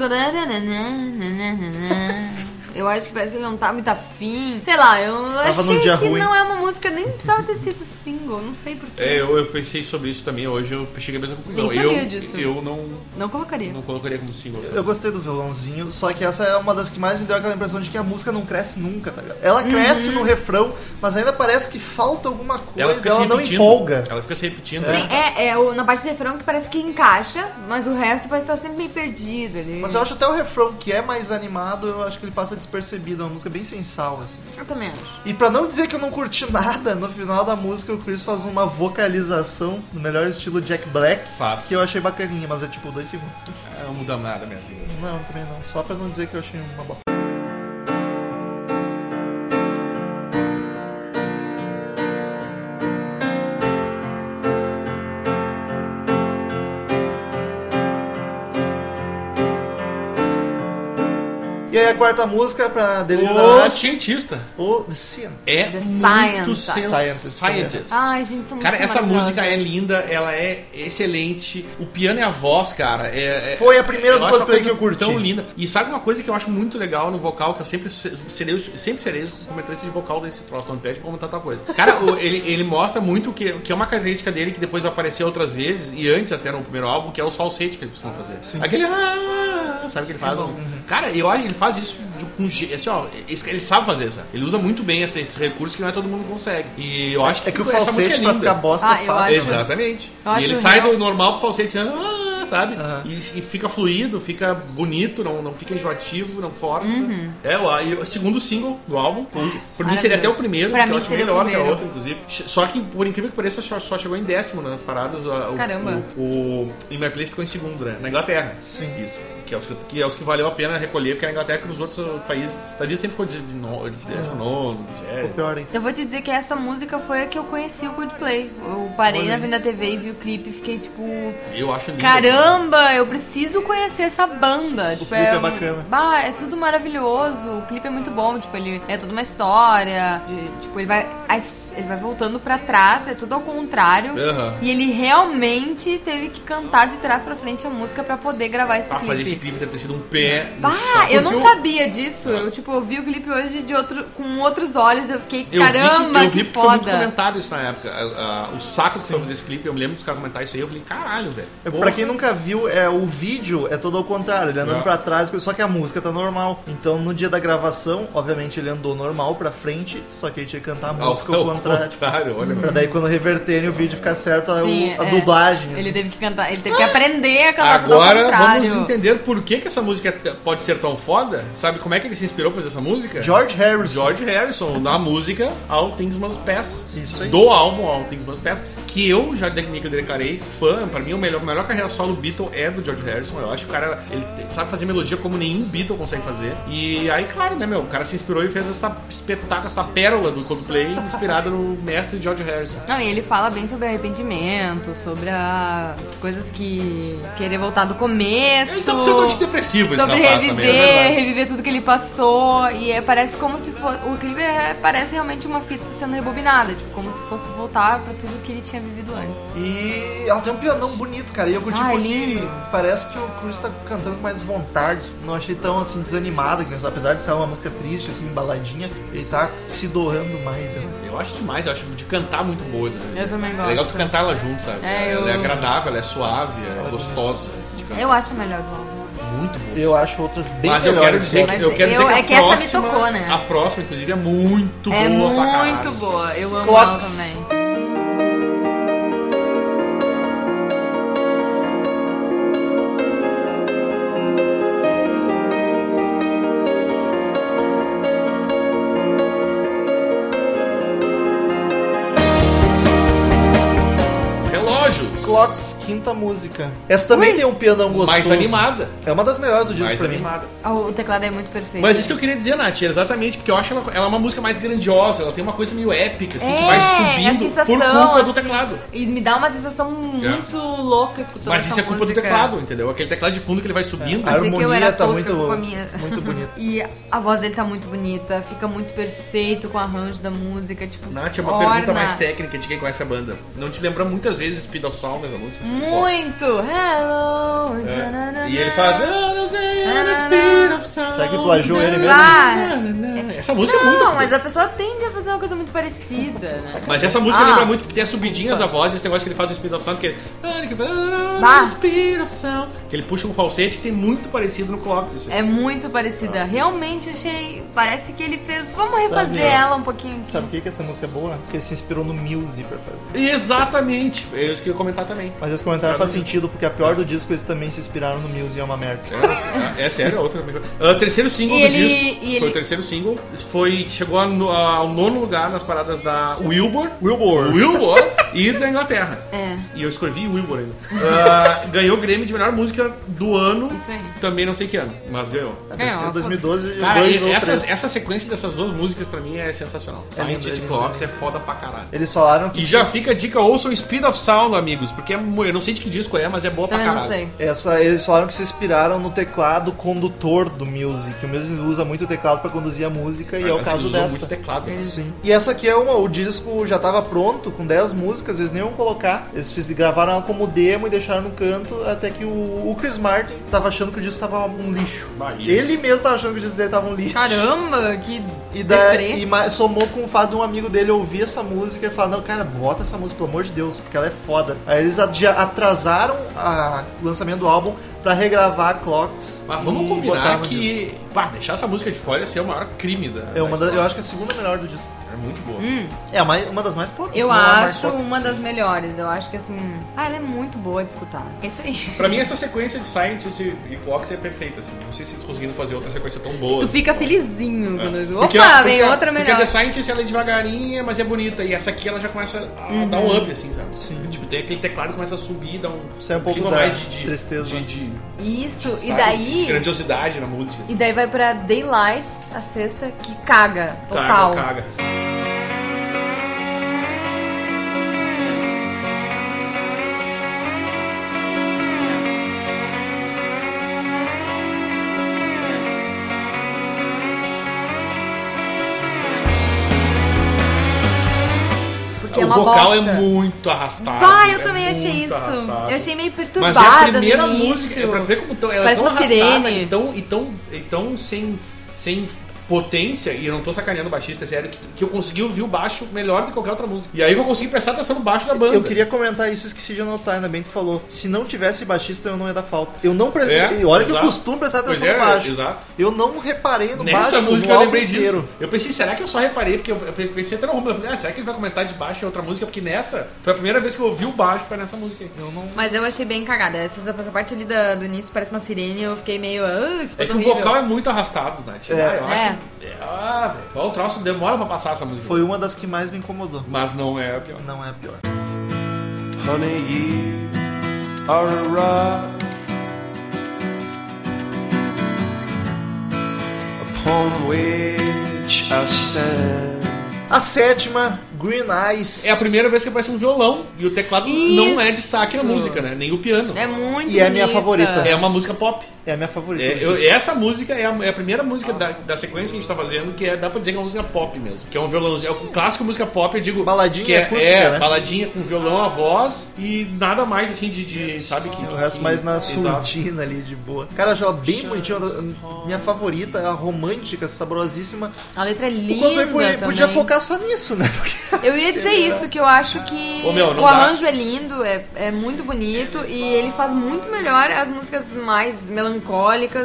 quando- Eu acho que parece que ele não tá muito afim. Sei lá, eu achei
num dia
que
ruim.
não é uma música, nem precisava ter sido single, não sei porquê.
é, eu, eu pensei sobre isso também, hoje eu cheguei à mesma conclusão.
Nem sabia
eu,
disso.
eu não,
Não colocaria.
não colocaria como single. sabe?
Eu gostei do violãozinho, só que essa é uma das que mais me deu aquela impressão de que a música não cresce nunca, tá ligado? Ela cresce no refrão, mas ainda parece que falta alguma coisa, ela, não empolga.
Ela fica se repetindo.
Sim, é, é o- na parte do refrão que parece que encaixa, mas o resto parece estar sempre meio perdido ali.
Mas eu acho até o refrão que é mais animado, eu acho que ele passa despercebido, é uma música bem sensal, assim.
Eu também acho.
E pra não dizer que eu não curti *laughs* nada, no final da música o Chris faz uma vocalização no melhor estilo Jack Black,
Faz.
que eu achei bacaninha, mas é tipo dois segundos.
Ah, Não muda nada, minha filha.
Não, também não. Só pra não dizer que eu achei uma bosta. E aí a quarta música pra Delírio da
O
Nath,
cientista
o The Sin.
é
The
muito
Scientist.
sens-
Scientist. é
scientist.
Ai, gente, essa música
Cara,
é
essa
maravilhosa.
música é linda, ela é excelente. O piano e a voz, cara, é. é-
Foi a primeira do
acho uma
Coldplay
coisa
que eu curti.
Tão linda. E sabe uma coisa que eu acho muito legal no vocal, que eu sempre se- serei, sempre serei comentarista de vocal desse troço, não me pede pra comentar tal coisa. Cara, o- ele, ele mostra muito que, que é uma característica dele que depois vai aparecer outras vezes, e antes até no primeiro álbum, que é o falsete que ele costuma fazer. Aquele. "Ah", Sabe o que ele faz?
Uhum.
Cara, eu acho que ele faz isso de, com je- assim, ó, esse- ele sabe fazer isso. Ele usa muito bem esse, esse recurso que não é todo mundo consegue. E eu acho que,
É que o
essa música
falsete
é
pra
linda.
ficar bosta
Ah,
é
eu
fácil.
acho-
Exatamente.
Eu acho
E ele sai
real.
do normal pro falsete, ah, sabe?
Aham.
E, e fica fluido, fica bonito, não, não fica enjoativo, não força.
Uhum.
É, o, e o segundo single do álbum. Por mim seria até o primeiro,
Pra
que eu
mim
acho
seria o
melhor que a
primeiro.
outra, inclusive. Ch- Só que, por incrível que pareça, só, só chegou em décimo né, nas paradas. a- O,
Caramba.
O, o In My Place ficou em segundo, né? Na Inglaterra. Sim. Isso. Que é, os que, que é os que valeu a pena recolher, porque na Inglaterra que nos outros países. A Disney sempre ficou de de no- de décimo nono,
Ficou
vigésimo.
pior, hein?
Eu vou te dizer que essa música foi a que eu conheci o Coldplay. Eu parei na frente da TV e vi o clipe e fiquei tipo,
Eu acho lindo.
caramba, eu preciso conhecer essa banda. Tipo,
clipe é
um-
bacana.
Bah, é tudo maravilhoso. O clipe é muito bom, tipo, ele é toda uma história. de- tipo, ele vai a his- ele vai voltando pra trás, é tudo ao contrário.
Aham.
E ele realmente teve que cantar de trás pra frente a música pra poder gravar esse
Ah,
clipe.
fazer esse clipe deve ter sido um pé. no
Bah,
saco.
eu não
Porque
sabia disso. Eu, tipo, eu vi o clipe hoje de outro, com outros olhos. Eu fiquei,
Eu vi que-
caramba,
eu vi
que
porque foi muito
foda.
comentado isso na época. a- a- o saco que foi fazer esse clipe, eu me lembro dos caras comentar isso aí, eu falei, caralho, velho.
É,
Porra.
Pra quem nunca viu, é, o vídeo é todo ao contrário, ele andando
É.
pra trás, só que a música tá normal. Então no dia da gravação, obviamente ele andou normal pra frente, só que ele tinha que cantar a
Ao-
música ao
ao
contrário. tipo,
contrário, olha.
Pra daí quando reverterem o vídeo ficar certo a, o-
Sim,
a
é.
dublagem. assim.
Ele teve que cantar, ele teve que aprender a cantar tudo ao
Agora
contrário.
vamos entender por que, que essa música é- pode ser tão foda. Sabe como é que ele se inspirou pra fazer essa música?
George Harrison.
George Harrison, na música All Things Must Pass.
Isso aí.
Do álbum All Things Must Pass, que eu já de- me declarei fã. Pra mim, o melhor, a melhor carreira solo Beatle é do George Harrison. Eu acho que o cara ele te- sabe fazer melodia como nenhum Beatle consegue fazer. E aí, claro, né, meu? O cara se inspirou e fez essa espetáculo, essa pérola do Coldplay inspirada no mestre George Harrison.
Não, e ele fala bem sobre arrependimento, sobre a- as coisas que querer voltar do começo.
Ele tá precisando de antidepressivo, esse
sobre
rapaz
reviver,
também, é verdade.
reviver tudo que ele passou. E é- parece como se fosse. O clipe é- parece realmente uma fita sendo rebobinada, tipo, como se fosse voltar pra tudo que ele tinha vivido antes.
E ela tem um pianão bonito, cara. E eu curti
Ah, é
porque
lindo.
parece que o Chris tá cantando com mais vontade. Não achei tão assim desanimada, que, apesar de ser uma música triste, assim, embaladinha, ele tá se doando mais. né?
Eu acho demais, eu acho de cantar muito boa. Né?
Eu também
É legal
gosto.
tu cantar ela junto, sabe?
É, eu-
Ela é agradável, ela é suave, é gostosa. de cantar.
Eu acho a melhor do álbum.
Muito boa.
Eu acho outras bem
Mas eu
melhores.
quero dizer,
Mas
que- eu quero
eu-
dizer que a
é que essa me
próxima,
tocou, né?
a próxima, inclusive, é muito
É
boa pra caralho.
muito boa. Eu amo ela
Clocks.
também.
Relógios.
Clocks, quinta música. Essa também
Ui.
tem um pianão gostoso.
Mais animada.
É uma das melhores do disco
Mais
pra mim.
animada.
Ah, O teclado é muito perfeito.
Mas isso que eu queria dizer, Nath, é exatamente porque eu acho ela, ela é uma música mais grandiosa, ela tem uma coisa meio épica, assim, que
É,
vai
é a
subindo
sensação,
por culpa do
assim.
teclado. É.
E me dá uma sensação muito louca escutando
Mas
essa
isso é culpa
música.
do teclado, entendeu? Aquele teclado de fundo que ele vai subindo.
A
Achei que eu
harmonia
era
tá
tosca
muito-
com a minha. *laughs*
muito bonita.
e a voz dele tá muito bonita, fica muito perfeito com o arranjo da música, tipo,
Nath, é uma
orna.
pergunta mais técnica de quem conhece a banda. Não te lembra muitas vezes Speed of Sound, essa música?
Muito! né? Hello! zananana.
É. E ele faz. "Ah, não sei, the Speed of Sound".
Será que plagiou ele mesmo?
Ah!
Essa música é muito.
Não,
foda.
mas a pessoa tende a fazer uma coisa muito parecida, né?
Mas essa música
Ah.
lembra muito porque tem as subidinhas da voz, esse negócio que ele faz do Speed of Sound, que é. Ah,
Bah.
Speed of Sound. Que ele puxa um falsete que tem muito parecido no Clocks. Isso.
É muito parecida. Realmente achei. Parece que ele fez. Vamos
Sabe,
refazer
ó.
ela um pouquinho.
Sabe por que, que essa música é boa? Porque ele se inspirou no Muse pra fazer.
Exatamente. É isso que eu ia comentar também.
Mas esse comentário faz sentido, porque a pior do disco eles também se inspiraram no Muse e é uma merda.
É sério, é outra coisa. Ah, terceiro single
E
do
ele-
disco.
e
Foi
ele-
o terceiro single. Foi, chegou a no- ao nono lugar nas paradas da Wilbur.
Wilbur.
Wilbur e da Inglaterra.
É.
E eu escrevi Wilbur ainda. Ah, ganhou o Grêmio de melhor música do ano.
Isso aí.
Também não sei que ano, mas ganhou.
Deve ser
ó,
2012
É, Cara,
dois
e-
ou
essa,
três.
essa sequência dessas duas músicas pra mim é sensacional.
É
Somente
lindo,
esse
é
Clocks é foda pra caralho.
Eles falaram que
E já fica a dica, ouçam Speed of Sound, amigos, porque é mu- eu não sei de que disco é, mas é boa
Também
pra
não
caralho.
sei.
Essa, eles falaram que se inspiraram no teclado condutor do Muse, que o Muse usa muito o teclado pra conduzir a música, e é o
Ah, Mas
caso
eles usam muito
dessa.
teclado. né?
Sim. E essa aqui é uma, o disco já tava pronto, com 10 músicas, eles nem iam colocar. Eles fiz- gravaram ela como demo e deixaram no canto, até que o, o Chris Martin tava achando que o disco tava um lixo.
Bah, isso.
Ele mesmo tava achando que o disco dele tava um lixo.
Caramba, que.
E, da,
deprê.
e ma- somou com o fato de um amigo dele ouvir essa música e falar, não, cara, bota essa música, pelo amor de Deus, porque ela é foda. Aí eles adi- atrasaram a- o lançamento do álbum pra regravar Clocks.
Mas
e
vamos
botar
combinar
no disco.
que pá, deixar essa música de fora ia ser o maior crime da.
É uma da- eu
história.
acho que é a segunda melhor do disco.
É muito boa.
Hum.
É a mais- uma das mais pop.
Eu
se não é a mais
acho
pop.
uma das melhores. Eu acho que assim. Ah, ela é muito boa de escutar. É isso aí.
Pra
*laughs*
mim, essa sequência de Scientist e Clocks é perfeita. Assim. Não sei se eles conseguiram fazer outra sequência tão boa. assim.
Tu fica felizinho quando eu jogo. Opa,
É. Porque a-
vem
porque a-
outra
Porque a
melhor.
The Scientist ela é devagarinha, mas é bonita. E essa aqui ela já começa a
Uhum.
dar um up, assim, sabe?
Sim.
Tipo, tem aquele teclado que começa a subir, dá um.
Sai um pouco
clima
da
mais de, de-
tristeza.
De, de-
Isso,
sabe?
e
De
daí.
grandiosidade na música.
E
assim.
daí vai pra Daylight, a sexta, que caga.
Caga,
Total.
caga.
Porque é
o
uma
vocal
bosta.
é muito arrastado.
Pá, eu
é
também achei
muito
isso.
arrastado.
Eu achei meio
Mas
perturbada.
é a primeira
no início.
música, é pra ver como tão, ela
Parece
é tão
uma
arrastada
sirene.
e tão, e tão, e tão sem, sem potência, e eu não tô sacaneando o baixista, é sério, que, que eu consegui ouvir o baixo melhor do que qualquer outra música. E aí eu consegui prestar atenção no baixo da banda.
Eu queria comentar isso, esqueci de anotar, ainda bem que tu falou. Se não tivesse baixista, eu não ia dar falta. Eu não pre...
É,
e Olha que eu
exato.
costumo prestar
Pois
atenção no
é,
baixo.
exato.
Eu não reparei no baixo.
Nessa
no
música eu
álbum
lembrei disso.
inteiro.
Eu pensei, será que eu só reparei? Porque eu eu pensei até no Romulo, eu falei, ah, será que ele vai comentar de baixo em outra música? Porque nessa, foi a primeira vez que eu ouvi o baixo, foi nessa música aí.
Eu não
Mas eu achei bem cagada. Essa, essa parte ali da- do, início parece uma sirene eu fiquei meio. "Ah, que
É
coisa
que o
horrível."
vocal é muito arrastado, Nath.
É.
Ah, eu
É.
acho. É, ah, velho. Ó, O troço demora pra passar essa música.
Foi uma das que mais me incomodou.
Mas não é a pior.
Não é a pior.
Honey, you are a rock upon which I stand.
A sétima, Green Eyes.
É a primeira vez que aparece um violão e o teclado não é
Isso.
destaque na música, né? Nem o piano.
É muito
E é a minha
bonita.
favorita.
É uma música pop.
É a minha favorita.
É, eu- essa música é a, é a primeira música da, da sequência que a gente tá fazendo, que é, dá pra dizer que é uma música pop mesmo. Que é um violãozinho. É o clássico música pop, eu digo.
Baladinha
que é,
acústica,
é,
né?
baladinha com violão, a voz e nada mais assim de. de, sabe que.
O resto mais na
Exato.
surdina ali, de boa. Cara, eu acho ela bem bonitinha. uma das- Minha favorita, a romântica, saborosíssima.
A letra é
O
linda
Coldplay podia,
também.
podia focar só nisso, né? *laughs* Porque-
Eu ia dizer isso, que eu acho que
é Ô, meu, não
o
dá.
arranjo é lindo, é, é muito bonito e ele faz muito melhor as músicas mais melancólicas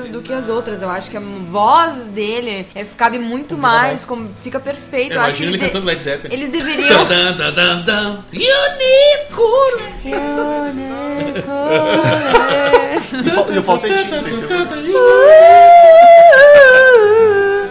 do que as outras. Eu acho que a voz dele é, cabe muito mais, como, fica perfeito. Eu acho que
Imagina ele
de-
cantando Led Zeppelin.
eles
*laughs*
deveriam.
Dan, dan, dan, dan. Unicorn.
E o fal- E o falsetinho. entendeu?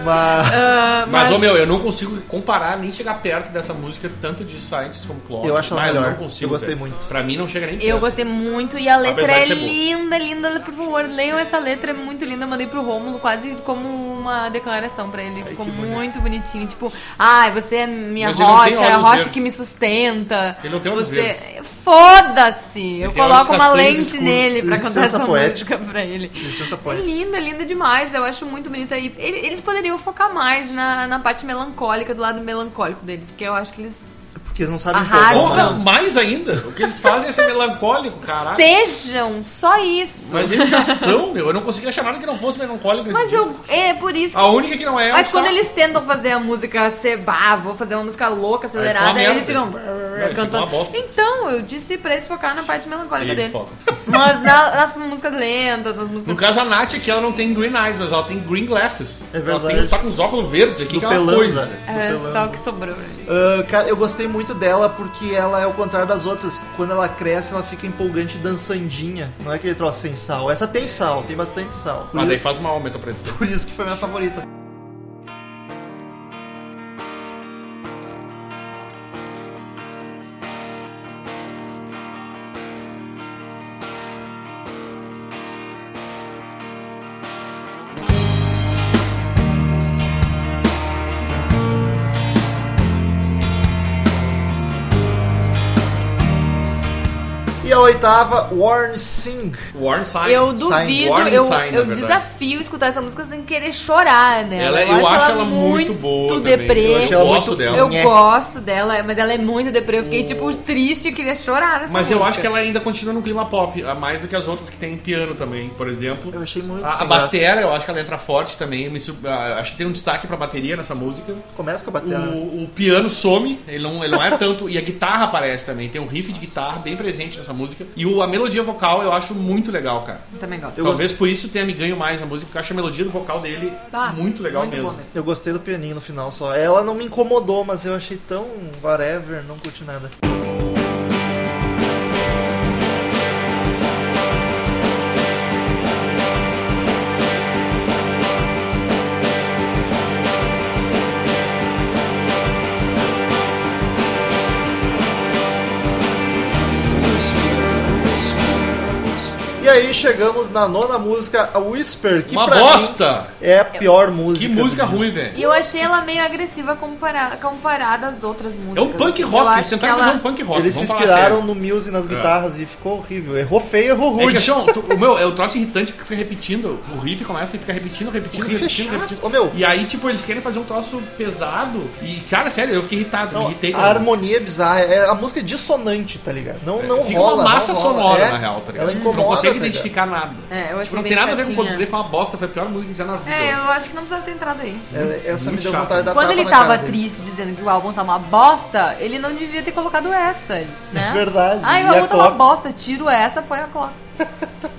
Mas
Ah,
Mas, ô meu, eu não consigo comparar nem chegar perto dessa música, tanto de Science como Clock.
Eu acho ela
Mas
melhor.
não consigo,
Eu gostei
cara.
muito.
Pra mim não chega nem perto.
Eu gostei muito e a letra
Apesar
é
de ser boa.
linda, linda. Por favor, leiam essa letra, é muito linda. Eu Mandei pro Rômulo quase como uma declaração pra ele. Ficou muito bonitinho. Tipo, ai, você é minha
Mas ele não tem
rocha, é a
olhos
rocha
verdes.
que me sustenta.
Ele não tem olhos
você...
verdes.
Foda-se! Eu
tem olhos
coloco uma
castanhos
lente
escuros.
nele pra
Licença
cantar essa
poética.
música pra ele.
licença
É
poética.
linda, linda demais. Eu acho muito bonita. E ele- eles poderiam focar mais na, na parte melancólica, do lado melancólico deles, porque eu acho que eles
Porque eles não sabem
Arrasa.
Porra,
empolgar.
Arrasam.
mais ainda. O que eles fazem é ser melancólico, caralho.
sejam só isso.
Mas eles já são, meu. Eu não conseguia achar nada que não fosse melancólico. nesse
Mas
disco.
eu. É por isso que.
A única que não é é
Mas
o
quando
Sa-
eles tentam fazer a música ser bah, vou fazer uma música louca,
Aí
acelerada,
fica
aí
uma
eles
merda.
ficam
Não, eles ficam
cantando.
uma bosta.
Então, eu disse pra eles focar na parte melancólica
Eles
deles.
focam.
Mas na- nas músicas lentas, nas músicas.
No caso, a Nath aqui, ela não tem green eyes, mas ela tem green glasses.
É
Ela
verdade.
tem, tá com os óculos verdes aqui,
Do
que é uma
Pelanza.
coisa.
É
Do
só
Pelanza.
o que sobrou. né?
Ah, cara, eu gostei muito dela porque ela é o contrário das outras. Quando ela cresce, ela fica empolgante e dançandinha. Não é aquele troço sem sal. Essa tem sal, tem bastante sal. Por,
Mas daí
isso,
faz mal aumenta pra isso.
por isso que foi minha favorita. E a oitava, Warren Singh.
Warren Simon.
Eu
Sign.
duvido,
Warning
eu,
sign, na
eu
verdade.
desafio escutar essa música sem querer chorar, né?
Ela- é- eu acho ela muito boa também.
deprê.
Eu
achei ela
gosto
muito-
dela.
Eu
Nhé.
gosto dela, mas ela é muito deprê. Eu fiquei, tipo, triste e queria chorar nessa
Mas
música.
eu acho que ela ainda continua no clima pop, a mais do que as outras que tem piano também, por exemplo.
Eu achei muito
A, a
sem graça.
batera, eu acho que ela entra forte também. me sur- ah, acho que tem um destaque pra bateria nessa música.
Começa com a bateria. né?
O, o piano some, ele não, ele não
*laughs*
é tanto. e a guitarra aparece também. Tem um riff de guitarra bem presente nessa música. E o- a melodia vocal eu acho muito legal, cara.
Também gosto.
Talvez por isso tenha me ganho mais na música, porque eu acho a melodia do vocal dele
Tá,
muito legal mesmo.
boa mesmo.
Eu gostei do pianinho no final só. Ela não me incomodou, mas eu achei tão whatever, não curti nada. E aí chegamos na nona música, a Whisper, que
Uma
pra
bosta!
mim é a pior música.
Que música
do disco.
ruim, velho.
E eu achei ela meio agressiva compara- comparada às outras
É
músicas.
um punk
assim.
rock,
Eu
eles
acho que
tentaram
ela-
fazer um punk rock.
Eles se
vamos falar
inspiraram no
sério.
Muse e nas guitarras e ficou horrível. Errou feio, errou
É que,
rude.
assim, ó, tu- o meu, é o troço irritante porque fica repetindo. O riff começa e fica repetindo, repetindo,
O riff é
repetindo,
chato.
repetindo.
Ô, meu.
E aí, tipo, eles querem fazer um troço pesado. E, cara, sério, eu fiquei irritado,
Não,
me irritei.
a harmonia é bizarra, é, a música é dissonante, tá ligado? Não, não
É, Fica
rola.
uma massa
não rola.
sonora,
É,
na real, tá ligado?
Ela
Tu
incomoda,
não consegue
tá ligado?
identificar nada.
É, eu achei
tipo, não
bem
tem nada a ver com o
chatinha.
Coldplay, foi uma bosta, foi a pior música que já na vida.
É, eu acho que não precisava ter entrado aí.
É, essa me
Muito
deu
chato.
vontade da
Quando
tapa
ele
na
tava
tá cara dele.
triste dizendo que o álbum tá uma bosta, ele não devia ter colocado essa, né?
É verdade.
Ah,
E
o álbum
a
tá uma
Clocks?
bosta, tiro essa, põe a Clocks.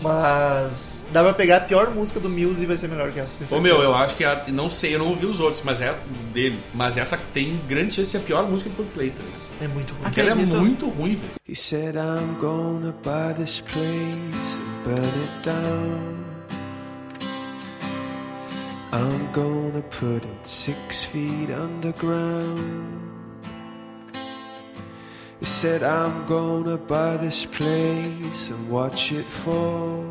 Mas dá pra pegar a pior música do Muse e vai ser melhor que essa. tenho
é
certeza.
Ô meu, eu acho que é a, não sei, eu não ouvi os outros, mas essa deles, mas essa tem grande chance de ser a pior música do Coldplay, tá ligado?
É muito ruim.
Porque ela é
Acredito.
muito ruim, velho.
He said, I'm gonna buy this place and burn it down. I'm gonna put it six feet underground. He said, I'm gonna buy this place and watch it fall.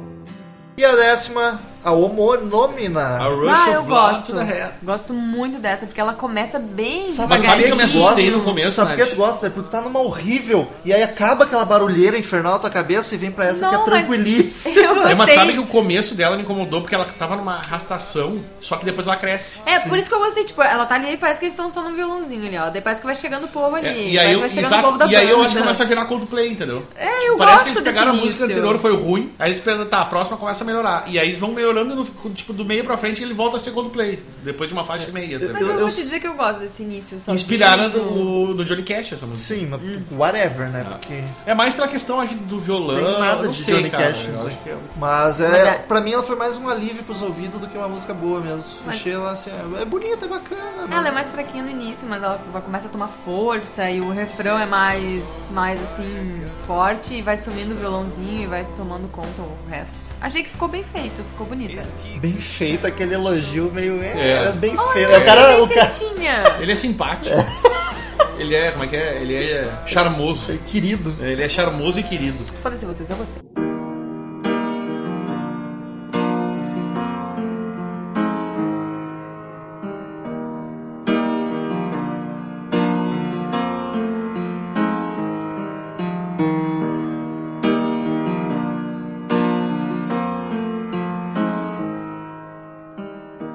E a décima, a homonômina.
A Rush
ah,
of
eu
Blood é
gosto.
to the Head.
Gosto muito dessa, porque ela começa bem
Mas sabe que eu me
devagarinho.
assustei no começo,
Sabe por que
Nath?
tu gosta? É porque tu tá numa horrível e aí acaba aquela barulheira infernal na tua cabeça e vem pra essa
Não,
que é
mas- *laughs*
tranquilíssima.
*laughs* Eu
É, mas
gostei.
sabe que o começo dela me incomodou porque ela tava numa arrastação, só que depois ela cresce.
É, por isso que eu gostei, tipo, ela tá ali e parece que eles estão só no violãozinho ali, ó. Daí parece que vai chegando o povo ali.
É, e
parece
aí,
que
eu,
vai chegando o
exato,
povo da
e aí eu
banda. né?
acho que começa a virar Coldplay, entendeu?
É,
Tipo,
eu
parece que
gosto
eles pegaram a
desse
música
início.
anterior, foi ruim. Aí eles pensam, tá, a próxima começa a melhorar. E aí eles vão melhorando no, tipo, do meio pra frente e ele volta a ser Coldplay. Depois de uma faixa e meia.
Mas
entendeu?
Eu-
eu, vou
eu-
te dizer que eu gosto desse início. sozinho.
Inspirada no, no Johnny Cash essa música.
Sim, mas whatever, né? Porque
É mais pela questão acho, do violão.
não tem nada
eu não
de
sei,
Johnny
cara,
Cash. né?
eu
nisso
acho um-
aí. Mas, é,
Mas é-
pra mim ela foi mais um alívio pros ouvidos do que uma música boa mesmo.
Mas-
Achei ela assim, é- é bonita, é bacana. mas-
Ela é mais fraquinha no início, mas ela vai- começa a tomar força e o refrão é mais, mais assim, forte e vai sumindo o violãozinho e vai tomando conta o resto. Achei que ficou bem feito, ficou bonita essa.
Bem feita, aquele elogio meio.
É.
É, é bem feio.
Olha,
o cara,
bem
o cara
feitinha.
Ele é simpático. *laughs* ele é, como é que é? Ele é charmoso.
é querido.
Ele é charmoso e querido.
Foda-se assim, vocês, eu gostei.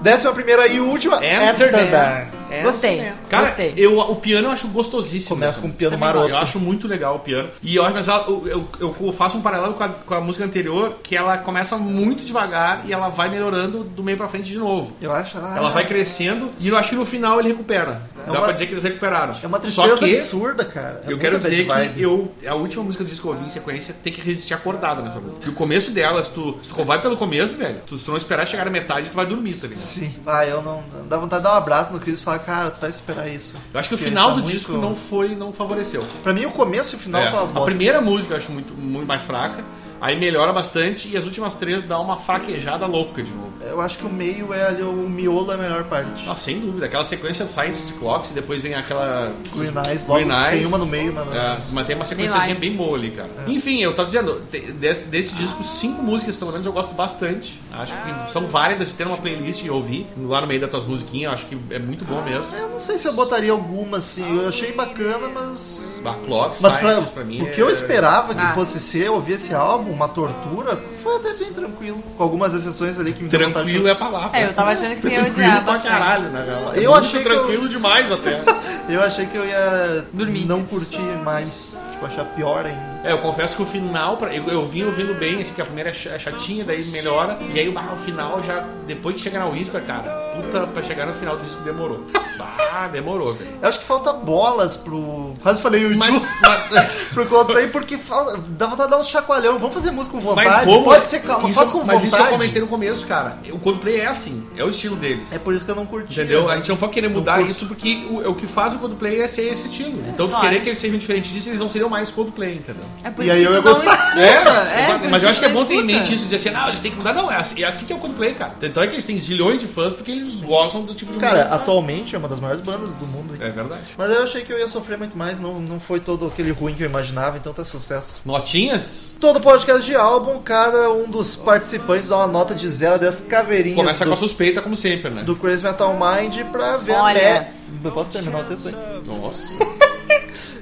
Décima primeira e última, Amsterdam.
É,
Gostei,
sim, é. Cara,
gostei.
eu, o piano eu acho gostosíssimo.
Começa
essa
com um
música.
piano
Também
maroto.
gosto. Eu acho muito legal o piano. E eu, acho- mas ela- eu, eu- eu faço um paralelo com a, com a música anterior, que ela começa muito devagar e ela vai melhorando do meio pra frente de novo.
Eu acho ah, ela.
Ela vai crescendo e eu acho que no final ele recupera. Dá
É uma-
pra dizer que eles recuperaram.
É uma
Só
tristeza
que,
absurda, cara. É
Eu quero
muita
dizer
bad vibe.
que eu, a última música do disco que eu ouvi em sequência tem que resistir acordado nessa música. Porque o começo dela, se tu, se tu vai pelo começo, velho, tu, se tu não esperar chegar na metade, tu vai dormir, tá ligado?
Sim. Ah, eu não. Dá vontade de dar um abraço no Chris e falar, cara, tu vai esperar isso.
Eu acho que o
Porque
final
tá
do
muito-
disco não foi, não favoreceu.
Pra mim, o começo e o final
É,
são as
a
bosta.
primeira música eu acho muito, muito mais fraca, aí melhora bastante e as últimas três dá uma fraquejada louca de novo.
Eu acho que o meio é ali, o miolo é a melhor parte.
Nossa, sem dúvida, aquela sequência Science Clocks e depois vem aquela
Green Eyes, logo
Green Eyes.
tem uma no meio, mano.
É, mas tem uma sequenciazinha
Live.
bem boa ali, cara.
É.
Enfim, eu tava dizendo, te- desse, desse disco, cinco músicas pelo menos eu gosto bastante. Acho
Ah.
que são válidas de ter uma playlist e ouvir lá no meio das tuas musiquinhas. eu Acho que é muito bom mesmo.
Eu não sei se eu botaria alguma assim. Eu achei bacana, mas.
A Clock,
Mas pra,
Science, pra mim.
o que
é-
eu esperava que
Ah.
fosse ser ouvir esse álbum, uma tortura, foi até bem tranquilo. Com algumas exceções ali que me deu vontade de-
Tranquilo é a palavra.
É, eu tava achando que você ia *laughs*
Tranquilo
odiar
tá
pra
bastante.
caralho, né, galera?
Eu
Muito
achei que eu-
tranquilo demais até.
Eu achei que eu ia
Dormir.
não curtir mais, tipo, achar pior ainda.
É, eu confesso que o final, pra- eu, eu vim ouvindo bem, assim, que a primeira é cha- é chatinha, daí melhora. E aí bah, o final já, depois de chegar na Whisper, cara, puta, pra chegar no final do disco demorou. Bah, demorou,
*laughs*
velho.
Eu acho que falta bolas pro. Quase falei o Mas...
Mas, mas,
pro Coldplay, porque fala- dá vontade de dar um chacoalhão. Vamos fazer música com vontade?
mas Romulo,
Pode ser calma,
isso-
faz com
Mas
vontade.
isso eu comentei no começo, cara. O Coldplay é assim, é o estilo deles.
É por isso que eu não curti. né?
Entendeu? A gente não pode querer mudar
curto.
isso porque o, o que faz o Coldplay é ser esse estilo. Então, tu
claro.
querer que eles sejam diferentes disso, eles não seriam mais Coldplay, entendeu?
É por
E
isso
aí
que
eu ia
tu não
gostar.
escuta.
É,
por
exato. mas eu
que
acho que é
tu
bom
não
ter em
escuta.
mente isso, dizer assim, não, eles têm que mudar. Não, é assim, é assim que é o Coldplay, cara. Tanto é que eles têm zilhões de fãs porque eles gostam do tipo de
Cara,
música.
atualmente é uma das maiores bandas do mundo.
É verdade.
Mas eu achei que eu ia sofrer muito mais, não, não foi todo aquele ruim que eu imaginava, então tá sucesso.
Notinhas?
Todo podcast de álbum, cada um dos participantes dá uma nota de 0 a 10 caveirinhas
Começa
do,
com a suspeita, como sempre, né?
do Crazy Metal Mind pra ver
Olha.
até... Eu posso terminar o texto antes?
Nossa.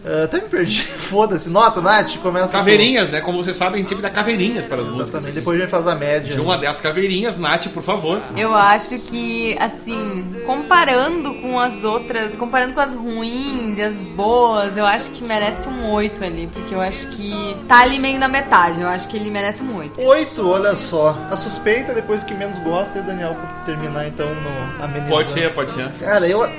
Ah, até me perdi. *laughs* Foda-se. Nota, Nath, começa
Caveirinhas, né? Como vocês sabem, a gente sempre dá caveirinhas para as
com...
músicas.
Exatamente. Depois a gente faz a média.
De um uma dez caveirinhas, Nath, por favor.
Eu acho que, assim, comparando com as outras, comparando com as ruins e as boas, eu acho que merece um 8 ali, porque eu acho que tá ali meio na metade, eu acho que ele merece um 8.
Oito, olha só. A suspeita, é depois o que menos gosta, e o Daniel pra terminar então no amenizando.
Pode ser, pode ser.
Cara, eu...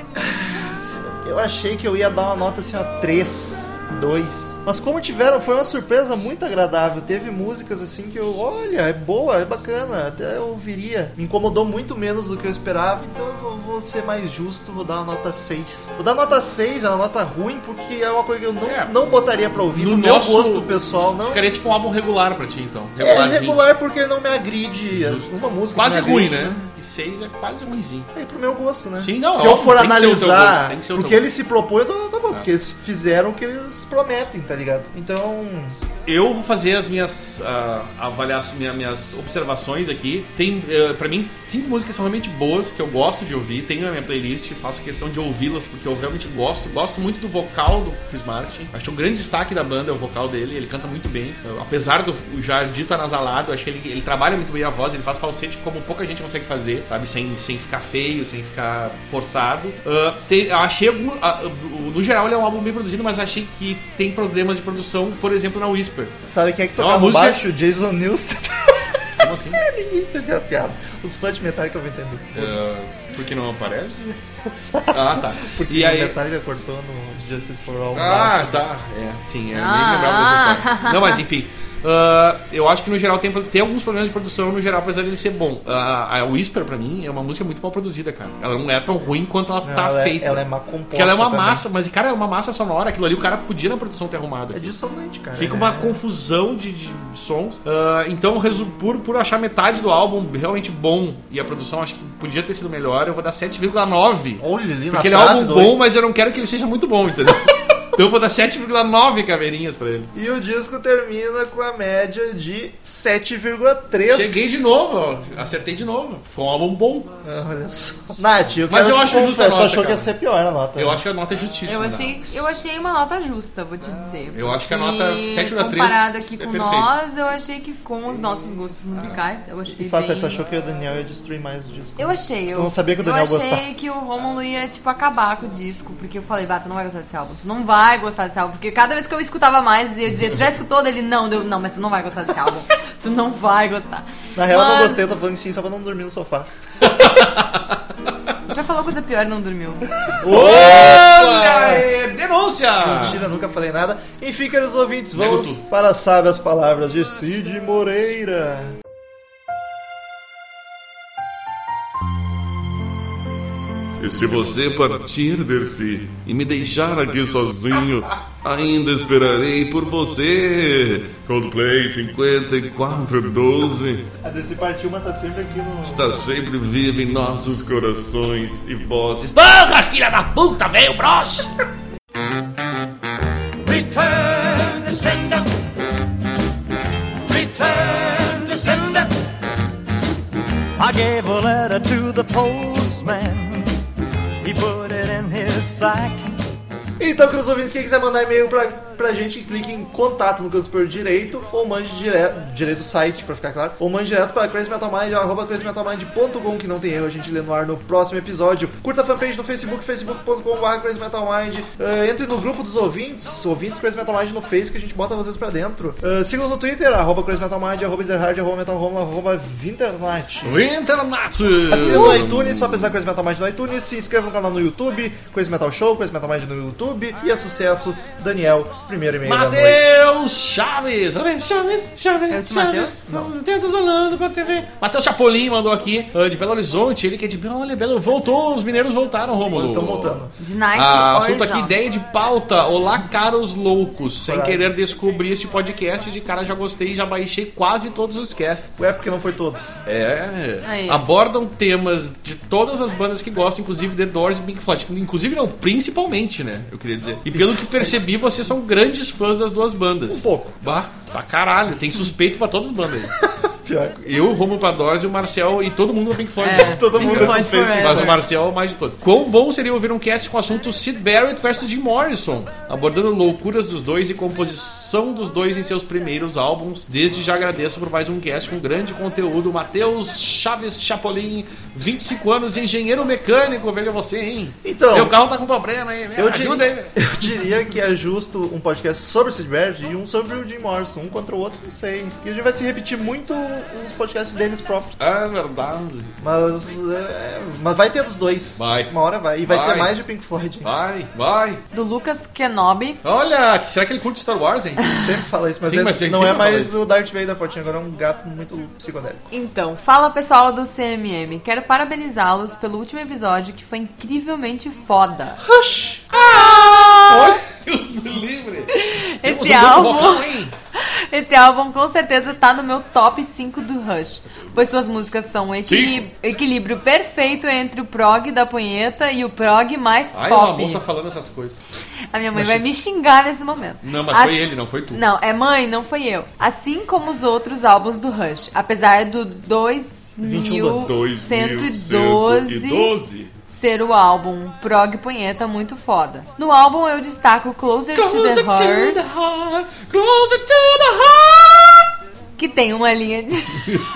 Eu achei que eu ia dar uma nota assim, ó, 3, 2. Mas como tiveram, foi uma surpresa muito agradável. Teve músicas assim que eu, olha, é boa, é bacana, até eu ouviria. Me incomodou muito menos do que eu esperava, então eu vou, vou vou ser mais justo, vou dar uma nota 6. Vou dar nota 6, é uma nota ruim, porque é uma coisa que eu não,
É.
não botaria pra ouvir, no meu gosto pessoal, não.
Ficaria tipo um álbum regular pra ti, então.
É
Regularzinho.
regular porque não me agride.
Justo.
Uma música.
Quase
não é me
ruim,
agride,
né? E seis é quase ruimzinho.
É pro meu gosto, né?
Sim, não,
se eu
óbvio,
for
tem que ser o teu gosto,
analisar
tem que ser o
porque
teu
ele se propõe, eu dou tá bom,
É.
porque eles fizeram o que eles prometem, tá ligado? Então,
Eu vou fazer as minhas ah, avaliações, minha- minhas observações aqui. Tem, eh, pra mim, cinco músicas são realmente boas, que eu gosto de ouvir. Tenho na minha playlist, faço questão de ouvi-las, porque eu realmente gosto. Gosto muito do vocal do Chris Martin. Acho que um grande destaque da banda é o vocal dele. Ele canta muito bem. Eu, apesar do já dito anasalado, acho que ele, ele trabalha muito bem a voz. Ele faz falsete como pouca gente consegue fazer, sabe? Sem, sem ficar feio, sem ficar forçado. Ah, tem- achei algum, ah, no geral ele é um álbum bem produzido, mas achei que tem problemas de produção, por exemplo, na Whisper.
sabe quem é que
Não,
tocava
Então, a música-
baixo? Jason Newsted. *laughs*
Como assim?
Ninguém entendeu a piada. Os fãs de Metallica vão entender.
Ah, porque não aparece? Ah, tá.
Porque
e
o
aí...
Metallica cortou no Justice for All.
Ah, tá. É, sim, eu
Ah,
nem lembrava dessa
ah.
história. Não, mas enfim. ah, eu acho que no geral tem, tem alguns problemas de produção, no geral, apesar dele ser bom. Ah, a Whisper, pra mim, é uma música muito mal produzida, cara. Ela não é tão ruim quanto ela
Não,
tá
ela,
feita.
É, ela é má composta.
Porque ela é uma
também.
massa, mas, cara, é uma massa sonora. Aquilo ali o cara podia na produção ter arrumado.
É dissonante, cara.
Fica
É-
uma confusão de, de sons. Ah, então, resu- por, por achar metade do álbum realmente bom e a produção acho que podia ter sido melhor, eu vou dar 7,9.
Olha ali na
Porque ele é um
trave
álbum
do
bom, mas eu não quero que ele seja muito bom, entendeu? *laughs* então eu vou dar 7,9 caveirinhas pra ele.
E o disco termina com a média de 7,3.
Cheguei de novo, ó. acertei de novo. Foi um álbum bom.
Ah, Olha só. Nath, eu
Mas
quero
eu
te
acho justa
confessar,
a
tu
nota,
achou que
cara.
ia ser pior a nota.
Eu
né?
acho que a nota é justíssima.
Eu
né?
achei, eu achei uma nota justa, vou te dizer.
eu acho que a nota
E
7,3
Comparado aqui
é
com
perfeito.
nós, eu achei que com os nossos gostos musicais, eu achei
E fala sério,
bem-
tu achou que o Daniel ia destruir mais o disco?
Eu achei.
Eu não sabia que o Daniel
Eu achei
gostava.
que o Romulo ia, tipo, acabar com o disco. Porque eu falei, bah, tu não vai gostar desse álbum. Tu não vai gostar desse álbum. Porque cada vez que eu escutava mais, eu ia dizer, tu já escutou dele? Não, deu, não, mas tu não vai gostar desse álbum. *laughs* tu não vai gostar.
Na real, eu
mas...
não gostei, eu tô falando que sim só pra não dormir no sofá.
Já falou coisa pior e não dormiu.
Olha! aí, Denúncia!
Mentira, nunca falei nada. Enfim, queridos ouvintes,
Ah. Nego
vamos
tu.
para Sabe as Palavras de Cid Moreira.
E se você partir desse e me deixar aqui sozinho, ainda esperarei por você. Coldplay 5412
A Dercy Partilma tá sempre aqui no...
está sempre viva em nossos corações e vozes.
Espanca, filha da puta, velho, broche!
Return to sender. Return to sender. I gave a letter to the postman. He put it in his sack.
Então, queridos ouvintes, quem quiser mandar e-mail pra, pra gente, clique em contato no canto superior direito, ou mande direto, direito do site, pra ficar claro, ou mande direto para crazymetalmind, arroba crazymetalmind.com, que não tem erro, a gente lê no ar no próximo episódio. Curta a fanpage no Facebook, facebook.com.br crazymetalmind, Ah, entre no grupo dos ouvintes, ouvintes Crazy Metal Mind no Face, que a gente bota vocês pra dentro. Ah, Siga-nos no Twitter, arroba crazymetalmind, arroba zerhard, arroba metalhome, arroba vinternight.
O Internat!
Assina no iTunes, só pesquisar Crazy Metal Mind no iTunes, se inscreva no canal no YouTube, Crazy Metal Show, Crazy Metal Mind no YouTube, e é sucesso, Daniel, primeiro e-mail da noite.
Matheus Chaves! Olha aí, Chaves, Chaves,
É o de
Chaves.
Matheus?
Vamos tentar isolando pra TV. Matheus Chapolin mandou aqui, ah, de Belo Horizonte. Ele que é de. Olha, Belo. Voltou, os mineiros voltaram, Romulo.
Estão voltando.
De Nice
Ah, assunto aqui,
Horizon.
ideia de pauta. Olá, caros loucos. Sem
Coragem.
querer descobri este podcast de cara, já gostei e já baixei quase todos os casts.
Ué, porque não foi todos.
É.
Aí.
Abordam temas de todas as bandas que gostam, inclusive The Doors e Pink Floyd. Inclusive não, principalmente, né? Eu queria dizer. E pelo que percebi, vocês são grandes fãs das duas bandas.
Um pouco.
Bah, pra caralho. Tem suspeito pra todas as bandas. aí.
Pior.
Eu, o Romulo pra Doors e o Marcel e todo mundo no Pink Floyd.
*laughs*
É,
Todo
Pink
mundo
Floyd
é suspeito.
Forever.
Mas o Marcel é o mais de todos. Quão bom seria ouvir um cast com o assunto Sid Barrett versus Jim Morrison, abordando loucuras dos dois e composição dos dois em seus primeiros álbuns. Desde já agradeço por mais um cast com grande conteúdo. Matheus Chaves Chapolin, 25 anos, engenheiro mecânico, velho é você, hein?
Então-
Meu carro tá com problema aí, me
Eu,
ajuda aí,
diria, *laughs*
velho.
eu diria que é justo um podcast sobre o Sid Barrett e um sobre o Jim Morrison, um contra o outro, não sei. E a gente vai se repetir muito um- uns podcasts deles próprios.
É verdade.
Mas, é, mas vai ter dos dois.
Vai.
Uma hora vai. E vai,
Vai. Tá.
ter mais de Pink Floyd.
Vai, vai.
Do Lucas Kenobi.
Olha, será que ele curte Star Wars, hein?
Sempre fala isso, mas,
Sim,
ele
mas ele
não
sempre
é
fala
mais
isso.
o Darth Vader fortinho, agora é um gato muito psicodélico.
Então, fala pessoal do CMM. Quero parabenizá-los pelo último episódio que foi incrivelmente foda.
Hush!
Ah!
Ah!
Olha, Deus livre. Temos um
Esse
grupo
álbum.
vocal, hein?
Esse álbum com certeza tá no meu top 5 do Rush, pois suas músicas são um equili- equilíbrio perfeito entre o prog da punheta e o prog mais
Ai, uma
pop.
moça falando essas coisas.
A minha mãe vai me xingar nesse momento.
Não, mas
As-
foi ele, não foi tu.
Não, é mãe, não foi eu. Assim como os outros álbuns do Rush, apesar do 2112
2112.
ser o álbum prog punheta muito foda. No álbum eu destaco Closer to the
Closer to
Heart,
the heart, closer to the heart.
que tem uma linha de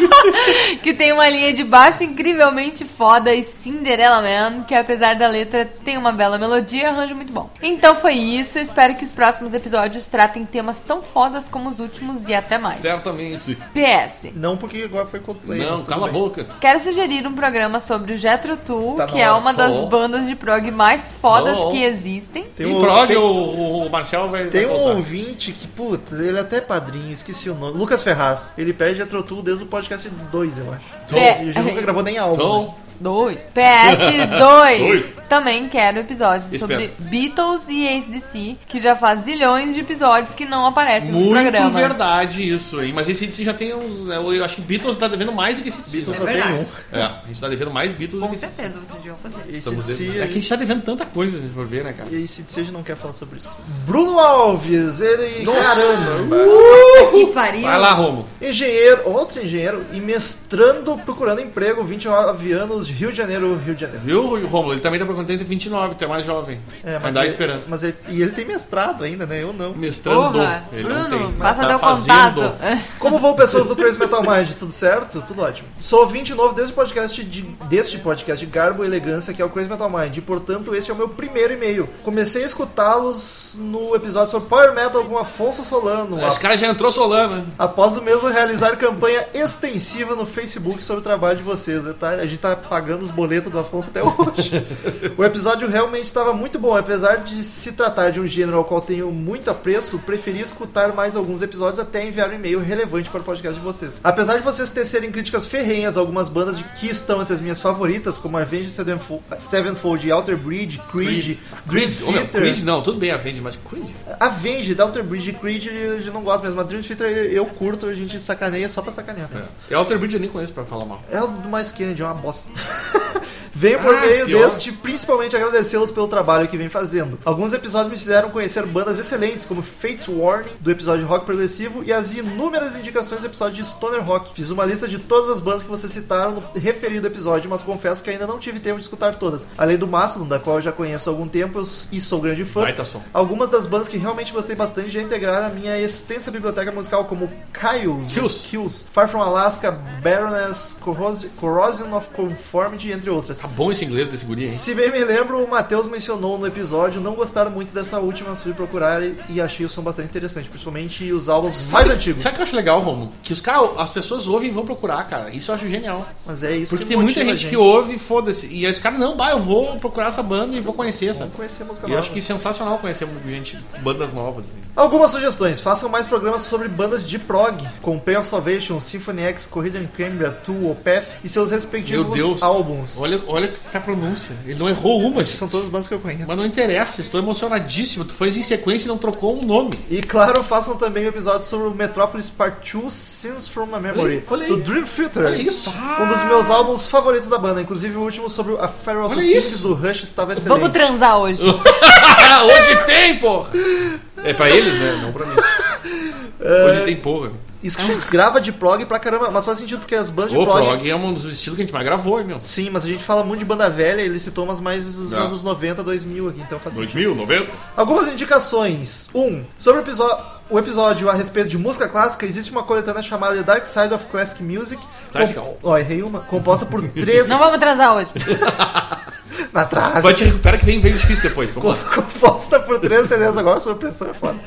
*laughs* que tem uma linha de baixo incrivelmente foda e Cinderella Man, que apesar da letra tem uma bela melodia e arranjo muito bom. Então foi isso, eu espero que os próximos episódios tratem temas tão fodas como os últimos e até mais.
Certamente.
PS.
Não porque agora foi Coldplay. mas
Não,
tudo
cala a
bem.
boca.
Quero sugerir um programa sobre o Jethro Tull,
Tá
que
na
é
hora.
uma das
Oh.
bandas de prog mais fodas
Oh.
que existem.
Tem
em
um-
prog,
tem-
o, o Marcel vai.
Tem um
vai gozar.
ouvinte que, putz, ele é até padrinho, esqueci o nome. Lucas Ferraz. Ele pede a Trotul desde o podcast 2, eu acho.
Tom.
Ele nunca gravou nem álbum. né?
Tom.
*laughs* Dois. PS2.
Dois.
Também quero episódios
Espera.
sobre Beatles e ACDC, que já faz zilhões de episódios que não aparecem
Muito
nos programas.
verdade isso, hein? Mas esse DC já tem uns. Eu acho que Beatles tá devendo mais do que esse DC.
Beatles
né?
só tem
verdade.
um.
É, a gente tá devendo mais Beatles do
Com
que esse
certeza vocês deviam fazer.
Esse
Estamos
DC,
devendo. É que a gente tá devendo tanta coisa, gente, por ver, né, cara?
E aí, se a gente não quer falar sobre isso. Bruno Alves, ele. Caramba! Uh!
Que pariu.
Vai lá, Romo.
Engenheiro, outro engenheiro, e mestrando procurando emprego, 29 anos, Rio de Janeiro, Rio de Janeiro.
Viu, Romulo? Ele também tá perguntando entre 29, tu é mais jovem.
É,
mas dá
ele-
esperança.
Mas ele- e ele tem mestrado ainda, né? Eu não.
Mestrando.
Porra,
ele não tem,
Bruno,
mas
passa
tá
teu
fazendo.
contato.
*laughs*
Como vão pessoas do Crazy Metal Mind? Tudo certo? Tudo ótimo. Sou ouvinte novo desde o podcast de, deste podcast de Garbo e Elegância, que é o Crazy Metal Mind, e portanto este é o meu primeiro e-mail. Comecei a escutá-los no episódio sobre Power Metal com Afonso Solano.
Esse cara já entrou né? Solana.
Após o mesmo realizar campanha extensiva no Facebook sobre o trabalho de vocês. né? Tá- A gente tá pagando os boletos do Afonso até hoje. o episódio realmente estava muito bom. Apesar de se tratar de um gênero ao qual tenho muito apreço, preferi escutar mais alguns episódios até enviar um e-mail relevante para o podcast de vocês. Apesar de vocês tecerem críticas ferrenhas a algumas bandas de que estão entre as minhas favoritas, como Avenged Sevenfo- Sevenfold, Outer Bridge, Creed, Dream
Ô, meu,
Theater...
Creed não, tudo bem, avende, mas Creed.
Avenged, Outer Bridge, Creed, eu já não gosto mesmo. A Dream Theater eu curto, a gente sacaneia só pra sacanear.
É Alter Bridge eu nem conheço pra falar mal.
É o do mais Kennedy, é uma bosta. *laughs* Venho por
Ah,
meio
pior.
deste principalmente agradecê-los pelo trabalho que vem fazendo. Alguns episódios me fizeram conhecer bandas excelentes, como Fate's Warning, do episódio de Rock Progressivo, e as inúmeras indicações do episódio de Stoner Rock. Fiz uma lista de todas as bandas que vocês citaram no referido episódio, mas confesso que ainda não tive tempo de escutar todas. Além do Mastodon, da qual eu já conheço há algum tempo e sou grande fã,
Baita som.
algumas das bandas que realmente gostei bastante já integraram a minha extensa biblioteca musical, como Kyles,
Kills.
Kills, Far From Alaska, Baroness, Corros- Corrosion of Conformity, entre outras.
Tá bom esse inglês desse guri, hein?
Se bem me lembro, o Matheus mencionou no episódio não gostaram muito dessa última, mas fui procurar e, e achei o som bastante interessante, principalmente os álbuns mais antigos.
Sabe o que eu acho legal, Romo? Que os caras, as pessoas ouvem e vão procurar, cara. Isso eu acho genial.
Mas é isso
Porque
que
tem muita
motiva a
gente, que ouve, e foda-se. E aí os caras, não, bah, eu vou procurar essa banda e vou conhecer, sabe?
Vamos conhecer música
E eu
nova.
acho que é sensacional conhecer gente, bandas novas. Assim.
né? Algumas sugestões. Façam mais programas sobre bandas de prog, com Pain of Salvation, Symphony X, Corrida em Cambria, Tool, Opeth e seus respectivos
Meu Deus.
Tipo álbuns.
Olha, olha que tá a pronúncia. Ele não errou uma, gente.
São todas as bandas que eu conheço.
Mas não interessa, estou emocionadíssimo. Tu fez em sequência e não trocou um nome.
E claro, façam também o episódio sobre o Metropolis Part 2 Scenes from a Memory
Olha aí, olha
do
aí.
Dream Theater.
Olha isso.
Um dos meus álbuns favoritos da banda, inclusive o último sobre a Feral
Olha
to Pieces
isso.
do Rush estava excelente.
Vamos transar hoje.
Ah, hoje tem, porra! É pra eles, né? Não pra mim.
É.
Hoje tem porra.
Isso que a gente grava de prog pra caramba, mas faz sentido porque as bandas de
O
prog...
prog é um dos estilos que a gente mais gravou, hein, meu.
Sim, mas a gente fala muito de banda velha, ele citou umas mais dos
Não.
anos 90, 2000 aqui, então faz sentido.
2000, 90?
Algumas indicações. Um, sobre o episódio. O episódio a respeito de música clássica, existe uma coletânea chamada The Dark Side of Classic Music.
Classical.
Com... Ó, errei uma. Composta por *laughs* três.
Não vamos transar hoje.
na trave.
Vai te recupera que vem veio difícil depois. Vamos lá.
*laughs* composta por três CDs agora sob pressão é foda.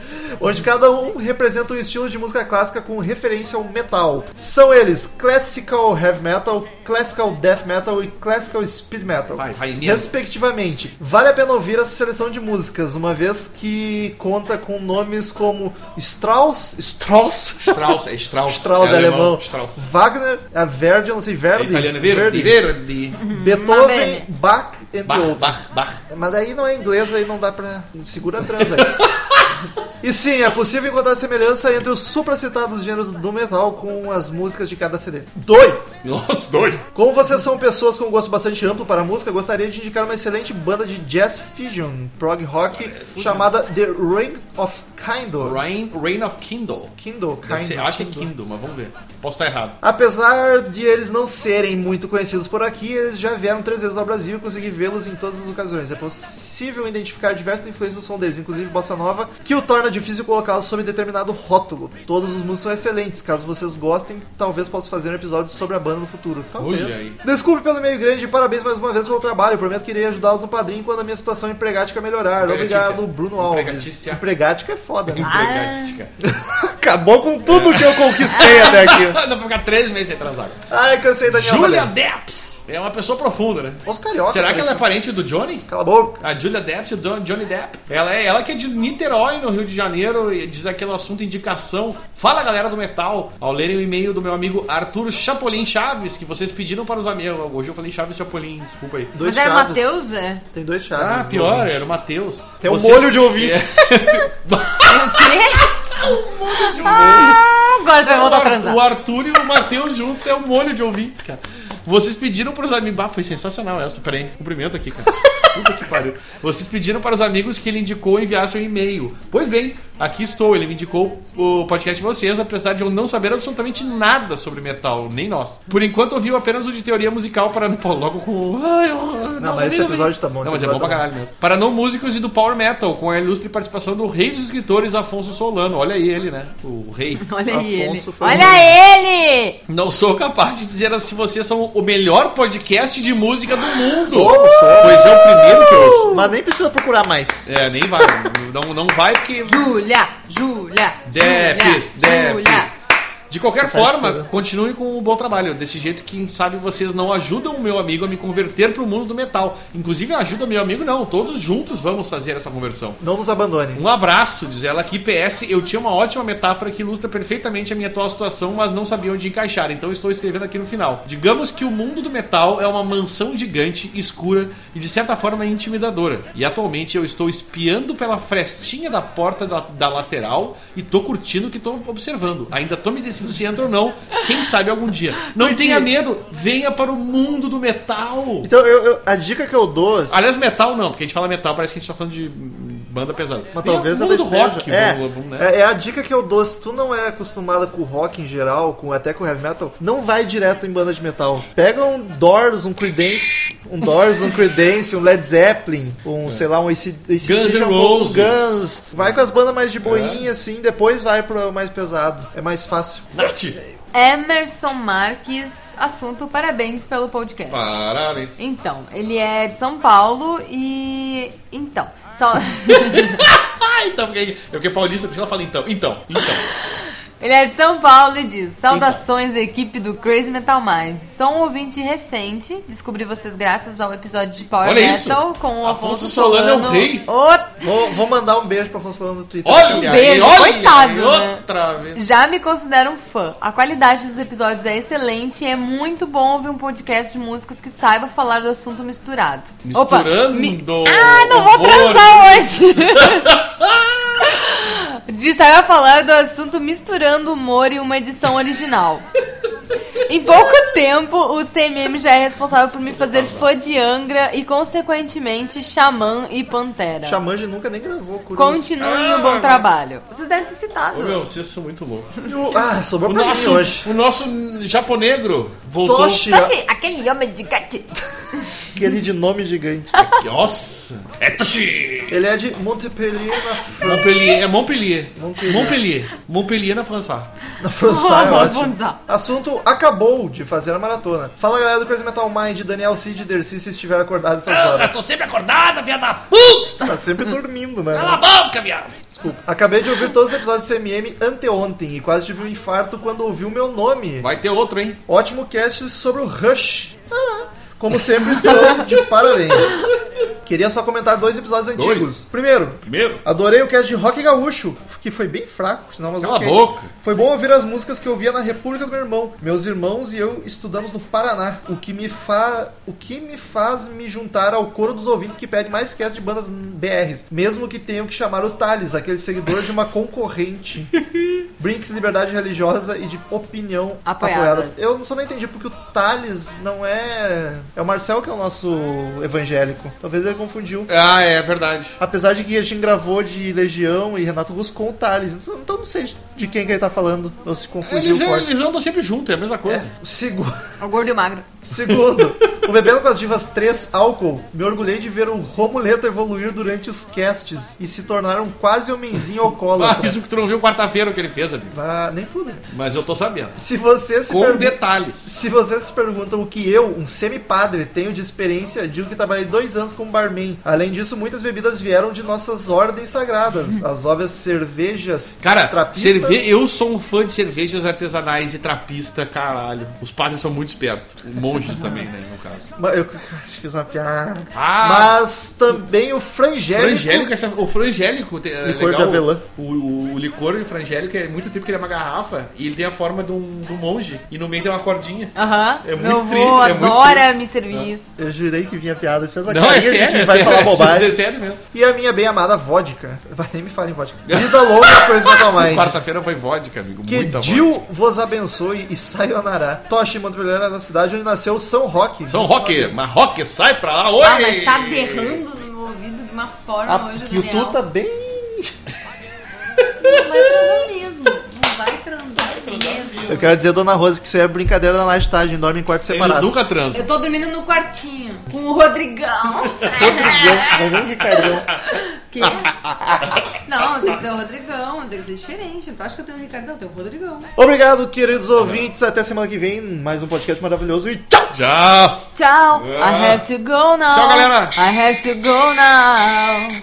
Onde cada um representa um estilo de música clássica com referência ao metal. São eles Classical Heavy Metal, Classical Death Metal e Classical Speed Metal.
Vai, vai mesmo.
respectivamente. Vale a pena ouvir essa seleção de músicas, uma vez que conta com nomes como Strauss, Strauss,
Strauss, é Strauss.
Strauss
é
é alemão,
Strauss.
Wagner, a Verdi, eu não sei,
É
Verdi,
italiano, é verde, verde.
Beethoven,
Mabene.
Bach, entre
Bach,
outros.
Bach, Bach.
Mas daí não é inglês, aí não dá pra. Segura a transa aí. E sim, é possível encontrar semelhança entre os supracitados gêneros do metal com as músicas de cada CD. 2.
Nossa, dois.
Como vocês são pessoas com um gosto bastante amplo para música, gostaria de indicar uma excelente banda de jazz fusion, prog rock, chamada The Reign of Kindle.
Rain, Rain of Kindle.
Kindle,
Deve ser,
Kindle.
acho que é Kindle, mas vamos ver. Posso estar errado.
Apesar de eles não serem muito conhecidos por aqui, eles já vieram três vezes ao Brasil e consegui vê-los em todas as ocasiões. É possível identificar diversas influências no som deles, inclusive bossa nova, que o torna difícil colocá-los sob determinado rótulo. Todos os músicos são excelentes, caso vocês gostem, talvez possa fazer um episódio sobre a banda no futuro.
Olha
Talvez.
aí.
Desculpe pelo meio grande e parabéns mais uma vez pelo trabalho. Prometo que irei ajudá-los no padrinho quando a minha situação empregática melhorar.
Empregatícia.
Obrigado, Bruno Alves.
Empregatícia.
Empregática é foda, né?
Empregatística.
Acabou com tudo que eu conquistei até aqui.
*laughs* Não vou ficar três meses atrasado.
Ai, cansei da minha
Julia Depps. É uma pessoa profunda, né?
Os carioca.
Será que ela é
parece.
parente do Johnny?
Cala a boca.
A Julia Depp, o Don- Johnny Depp. Ela é ela que é de Niterói, no Rio de Janeiro, e diz aquele assunto indicação. Fala galera do metal, ao lerem o e-mail do meu amigo Arthur Chapolin Chaves, que vocês pediram para os amigos. Hoje eu falei Chaves Chapolin, desculpa aí.
Dois
Mas é era
chaves.
Matheus, é?
Tem dois
Ah,
chaves. né?
pior, era o Matheus.
Tem um
Vocês-
molho de ouvinte.
É o quê? ah, agora tu vai voltar a transar.
O Arthur e o Matheus juntos é um molho de ouvintes, cara. Vocês pediram para os amigos. Bah, foi sensacional essa. Pera aí, cumprimento aqui, cara. Puta que pariu. Vocês pediram para os amigos que ele indicou enviassem um e-mail. Pois bem, aqui estou. Ele me indicou o podcast de vocês, apesar de eu não saber absolutamente nada sobre metal, nem nós. Por enquanto, ouviu apenas o de teoria musical para. Pô, logo com. Ai, eu-
Não,
sabia,
mas esse
não vi.
episódio tá bom.
Não,
esse
mas é bom pra
episódio tá
caralho mesmo. Para não músicos e do Power Metal, com a ilustre participação do rei dos escritores Afonso Solano. Olha aí ele, né? O rei.
Olha aí ele.
Afonso foi um-
Olha ele!
Não sou capaz de dizer se vocês são o melhor podcast de música do mundo.
Somos, somos.
Pois é o primeiro que eu ouço.
Mas nem precisa procurar mais.
É, nem vai. não, não vai porque.
Júlia, Júlia,
Depes,
Júlia,
Depes. De qualquer
Você faz
forma,
tudo.
continue com o bom trabalho. Desse jeito, quem sabe vocês não ajudam o meu amigo a me converter pro mundo do metal. Inclusive, ajuda meu amigo, não. Todos juntos vamos fazer essa conversão.
Não nos abandone.
Um abraço, diz ela aqui. PS, eu tinha uma ótima metáfora que ilustra perfeitamente a minha atual situação, mas não sabia onde encaixar, então estou escrevendo aqui no final. Digamos que o mundo do metal é uma mansão gigante, escura e de certa forma intimidadora. E atualmente eu estou espiando pela frestinha da porta da, da lateral e tô curtindo o que tô observando. Ainda tô me decidindo se entra ou não, quem sabe algum dia. Não tenha medo, venha para o mundo do metal.
Então, eu, eu- a dica que eu dou. assim,
Aliás, metal não, porque a gente fala metal, parece que a gente tá falando de hum, banda pesada.
Mas talvez
é
ela
mundo
esteja.
rock,
é,
vamos- vamos, né?
é, é a dica que eu dou. Se tu não é acostumada com rock em geral, com, até com heavy metal, não vai direto em banda de metal. Pega um Doors, um Creedence, um Doors, um Creedence, um Led Zeppelin, um, sei lá, um AC, AC
É. Guns N' Roses. É.
Guns. Vai com as bandas mais de boinha, assim, depois vai pro mais pesado. É mais fácil.
Nath!
Emerson Marques, assunto parabéns pelo podcast.
Ah. Parabéns.
Então, ele é de São Paulo e. Então, só. *laughs*
Ah, então, porque, é porque paulista, porque ela fala então, então, *laughs* então.
Ele é de São Paulo e diz: Saudações, equipe do Crazy Metal Mind. Sou um ouvinte recente, descobri vocês graças ao episódio de Power
Olha isso.
Metal com o
Afonso
Afonso,
Solano é o rei.
Outro
Vou, vou mandar um beijo pra Fonsolano no Twitter.
Olha aí,
beijo,
olha
coitado,
aí,
né?
outra vez.
Já me considero um fã. A qualidade dos episódios é excelente e é muito bom ouvir um podcast de músicas que saiba falar do assunto misturado.
Misturando.
mi- Ah, não vou
horror.
transar hoje! *laughs* de saiba falar do assunto misturando humor e uma edição original. Em pouco tempo, o CMM já é responsável por me fazer fã de Angra e, consequentemente, Xamã e Pantera.
Xamanja nunca nem gravou, curioso.
Continuem o
Ah,
bom trabalho. Vocês devem ter citado.
Ô, meu, vocês são muito
*laughs*
loucos.
O- Ah, sobrou
O
pra mim
nosso,
hoje.
o nosso japonegro voltou.
Toshi,
Toshi, aquele homem de gato.
aquele de nome gigante.
Nossa! É Toshi!
Ele é de Montpellier, na França.
Montpellier, é Montpellier.
Montpellier.
Montpellier. Montpellier, na França.
Na França, é
Vamos
ótimo.
usar.
Assunto acabou de fazer a maratona. Fala galera do Crazy Metal Mind, Daniel Cid e Dercy se estiver acordado essas
*laughs*
horas.
tô sempre acordada, viada da puta!
Tá sempre dormindo, né?
a boca, viado!
Desculpa. Acabei de ouvir todos os episódios do CMM anteontem e quase tive um infarto quando ouvi o meu nome.
Vai ter outro, hein?
Ótimo cast sobre o Rush. Ah, como sempre, estou
*laughs*
de parabéns. Queria só comentar dois episódios antigos.
Dois.
Primeiro,
Primeiro.
Adorei o cast de rock gaúcho, que foi bem fraco, por sinal, mas
Cala
ok.
a boca.
Foi bom ouvir as músicas que eu via na República do meu irmão. Meus irmãos e eu estudamos no Paraná, o que me fa... o que me faz me juntar ao coro dos ouvintes que pedem mais cast de bandas BRs, mesmo que tenham que chamar o Thales, aquele seguidor de uma concorrente. Brinks, liberdade religiosa e de opinião apoiadas.
Apoiadas.
Eu não só não entendi porque o Thales não é. É o Marcel que é o nosso evangélico. Talvez ele confundiu.
Ah, é verdade.
Apesar de que a gente gravou de Legião e Renato Russo com o Thales. Então não sei de quem que ele tá falando. Ou se confundiu
É, Eles,
o corte.
eles andam sempre juntos, é a mesma coisa.
Segu- *laughs*
O gordo e o magro.
Segundo, o Bebendo com as Divas 3 Álcool. Me orgulhei de ver o Romuleto evoluir durante os casts e se tornar um quase homenzinho
Ah,
alcoólatra.
isso que tu não viu quarta-feira o que ele fez, amigo.
Ah, nem tudo. né?
Mas eu tô sabendo.
Se você se
Com
pergunta.
detalhes.
Se vocês se perguntam o que eu, um semi-padre, tenho de experiência, digo que trabalhei dois anos como barman. Além disso, muitas bebidas vieram de nossas ordens
*laughs*
sagradas. As óbvias cervejas
Cara,
trapistas.
cerve... eu sou um fã de cervejas artesanais e trapista, caralho. Os padres são muito espertos. Monges também, né, no caso.
Ma- Eu *laughs* se fiz uma piada.
Ah!
Mas também o frangélico.
Frangélico, essa- o frangélico te- é
É, Licor de
legal.
avelã.
O, o- o licor de frangélico é muito tempo que ele é uma garrafa e ele tem a forma de um, de um monge e no meio tem uma cordinha.
Aham.
É muito
Meu
tri,
avô
é muito
adora me servir isso.
Eu jurei que vinha piada. Fez a
Não,
carinha
é
de
sério,
quem
é
vai
sério.
falar
É *laughs*
bobagem.
sério mesmo.
E a minha bem amada vodka. Vai, nem me falem
*laughs*
vodka. Vida longa, Crazy Metal Mind.
Quarta-feira foi vodka, amigo.
Que
muita vodka.
Dio vos abençoe e sayonara. Toshi Montpellier era na cidade onde nasceu São Roque.
São Roque, mas Roque, sai pra lá, oi!
Ah, mas tá berrando no meu ouvido de uma forma
Ah,
hoje, é
e o
Daniel.
Tu tá bem.
Não vai transar mesmo. Não vai transar mesmo.
Eu quero dizer, dona Rosa, que isso é brincadeira da Light, tá? A gente dorme em quartos
Eles
separados.
nunca transam.
Eu tô dormindo no quartinho com o Rodrigão. *laughs*
Não vem, Ricardão.
*laughs*
Quê? Não, tem que ser o Rodrigão, tem que ser diferente. Então acho que eu tenho o Ricardão, eu tenho o Rodrigão.
Obrigado, queridos ouvintes. Até semana que vem. Mais um podcast maravilhoso e tchau!
Já!
Tchau, I have to go now.
Ah. Tchau, galera.
I have to go now.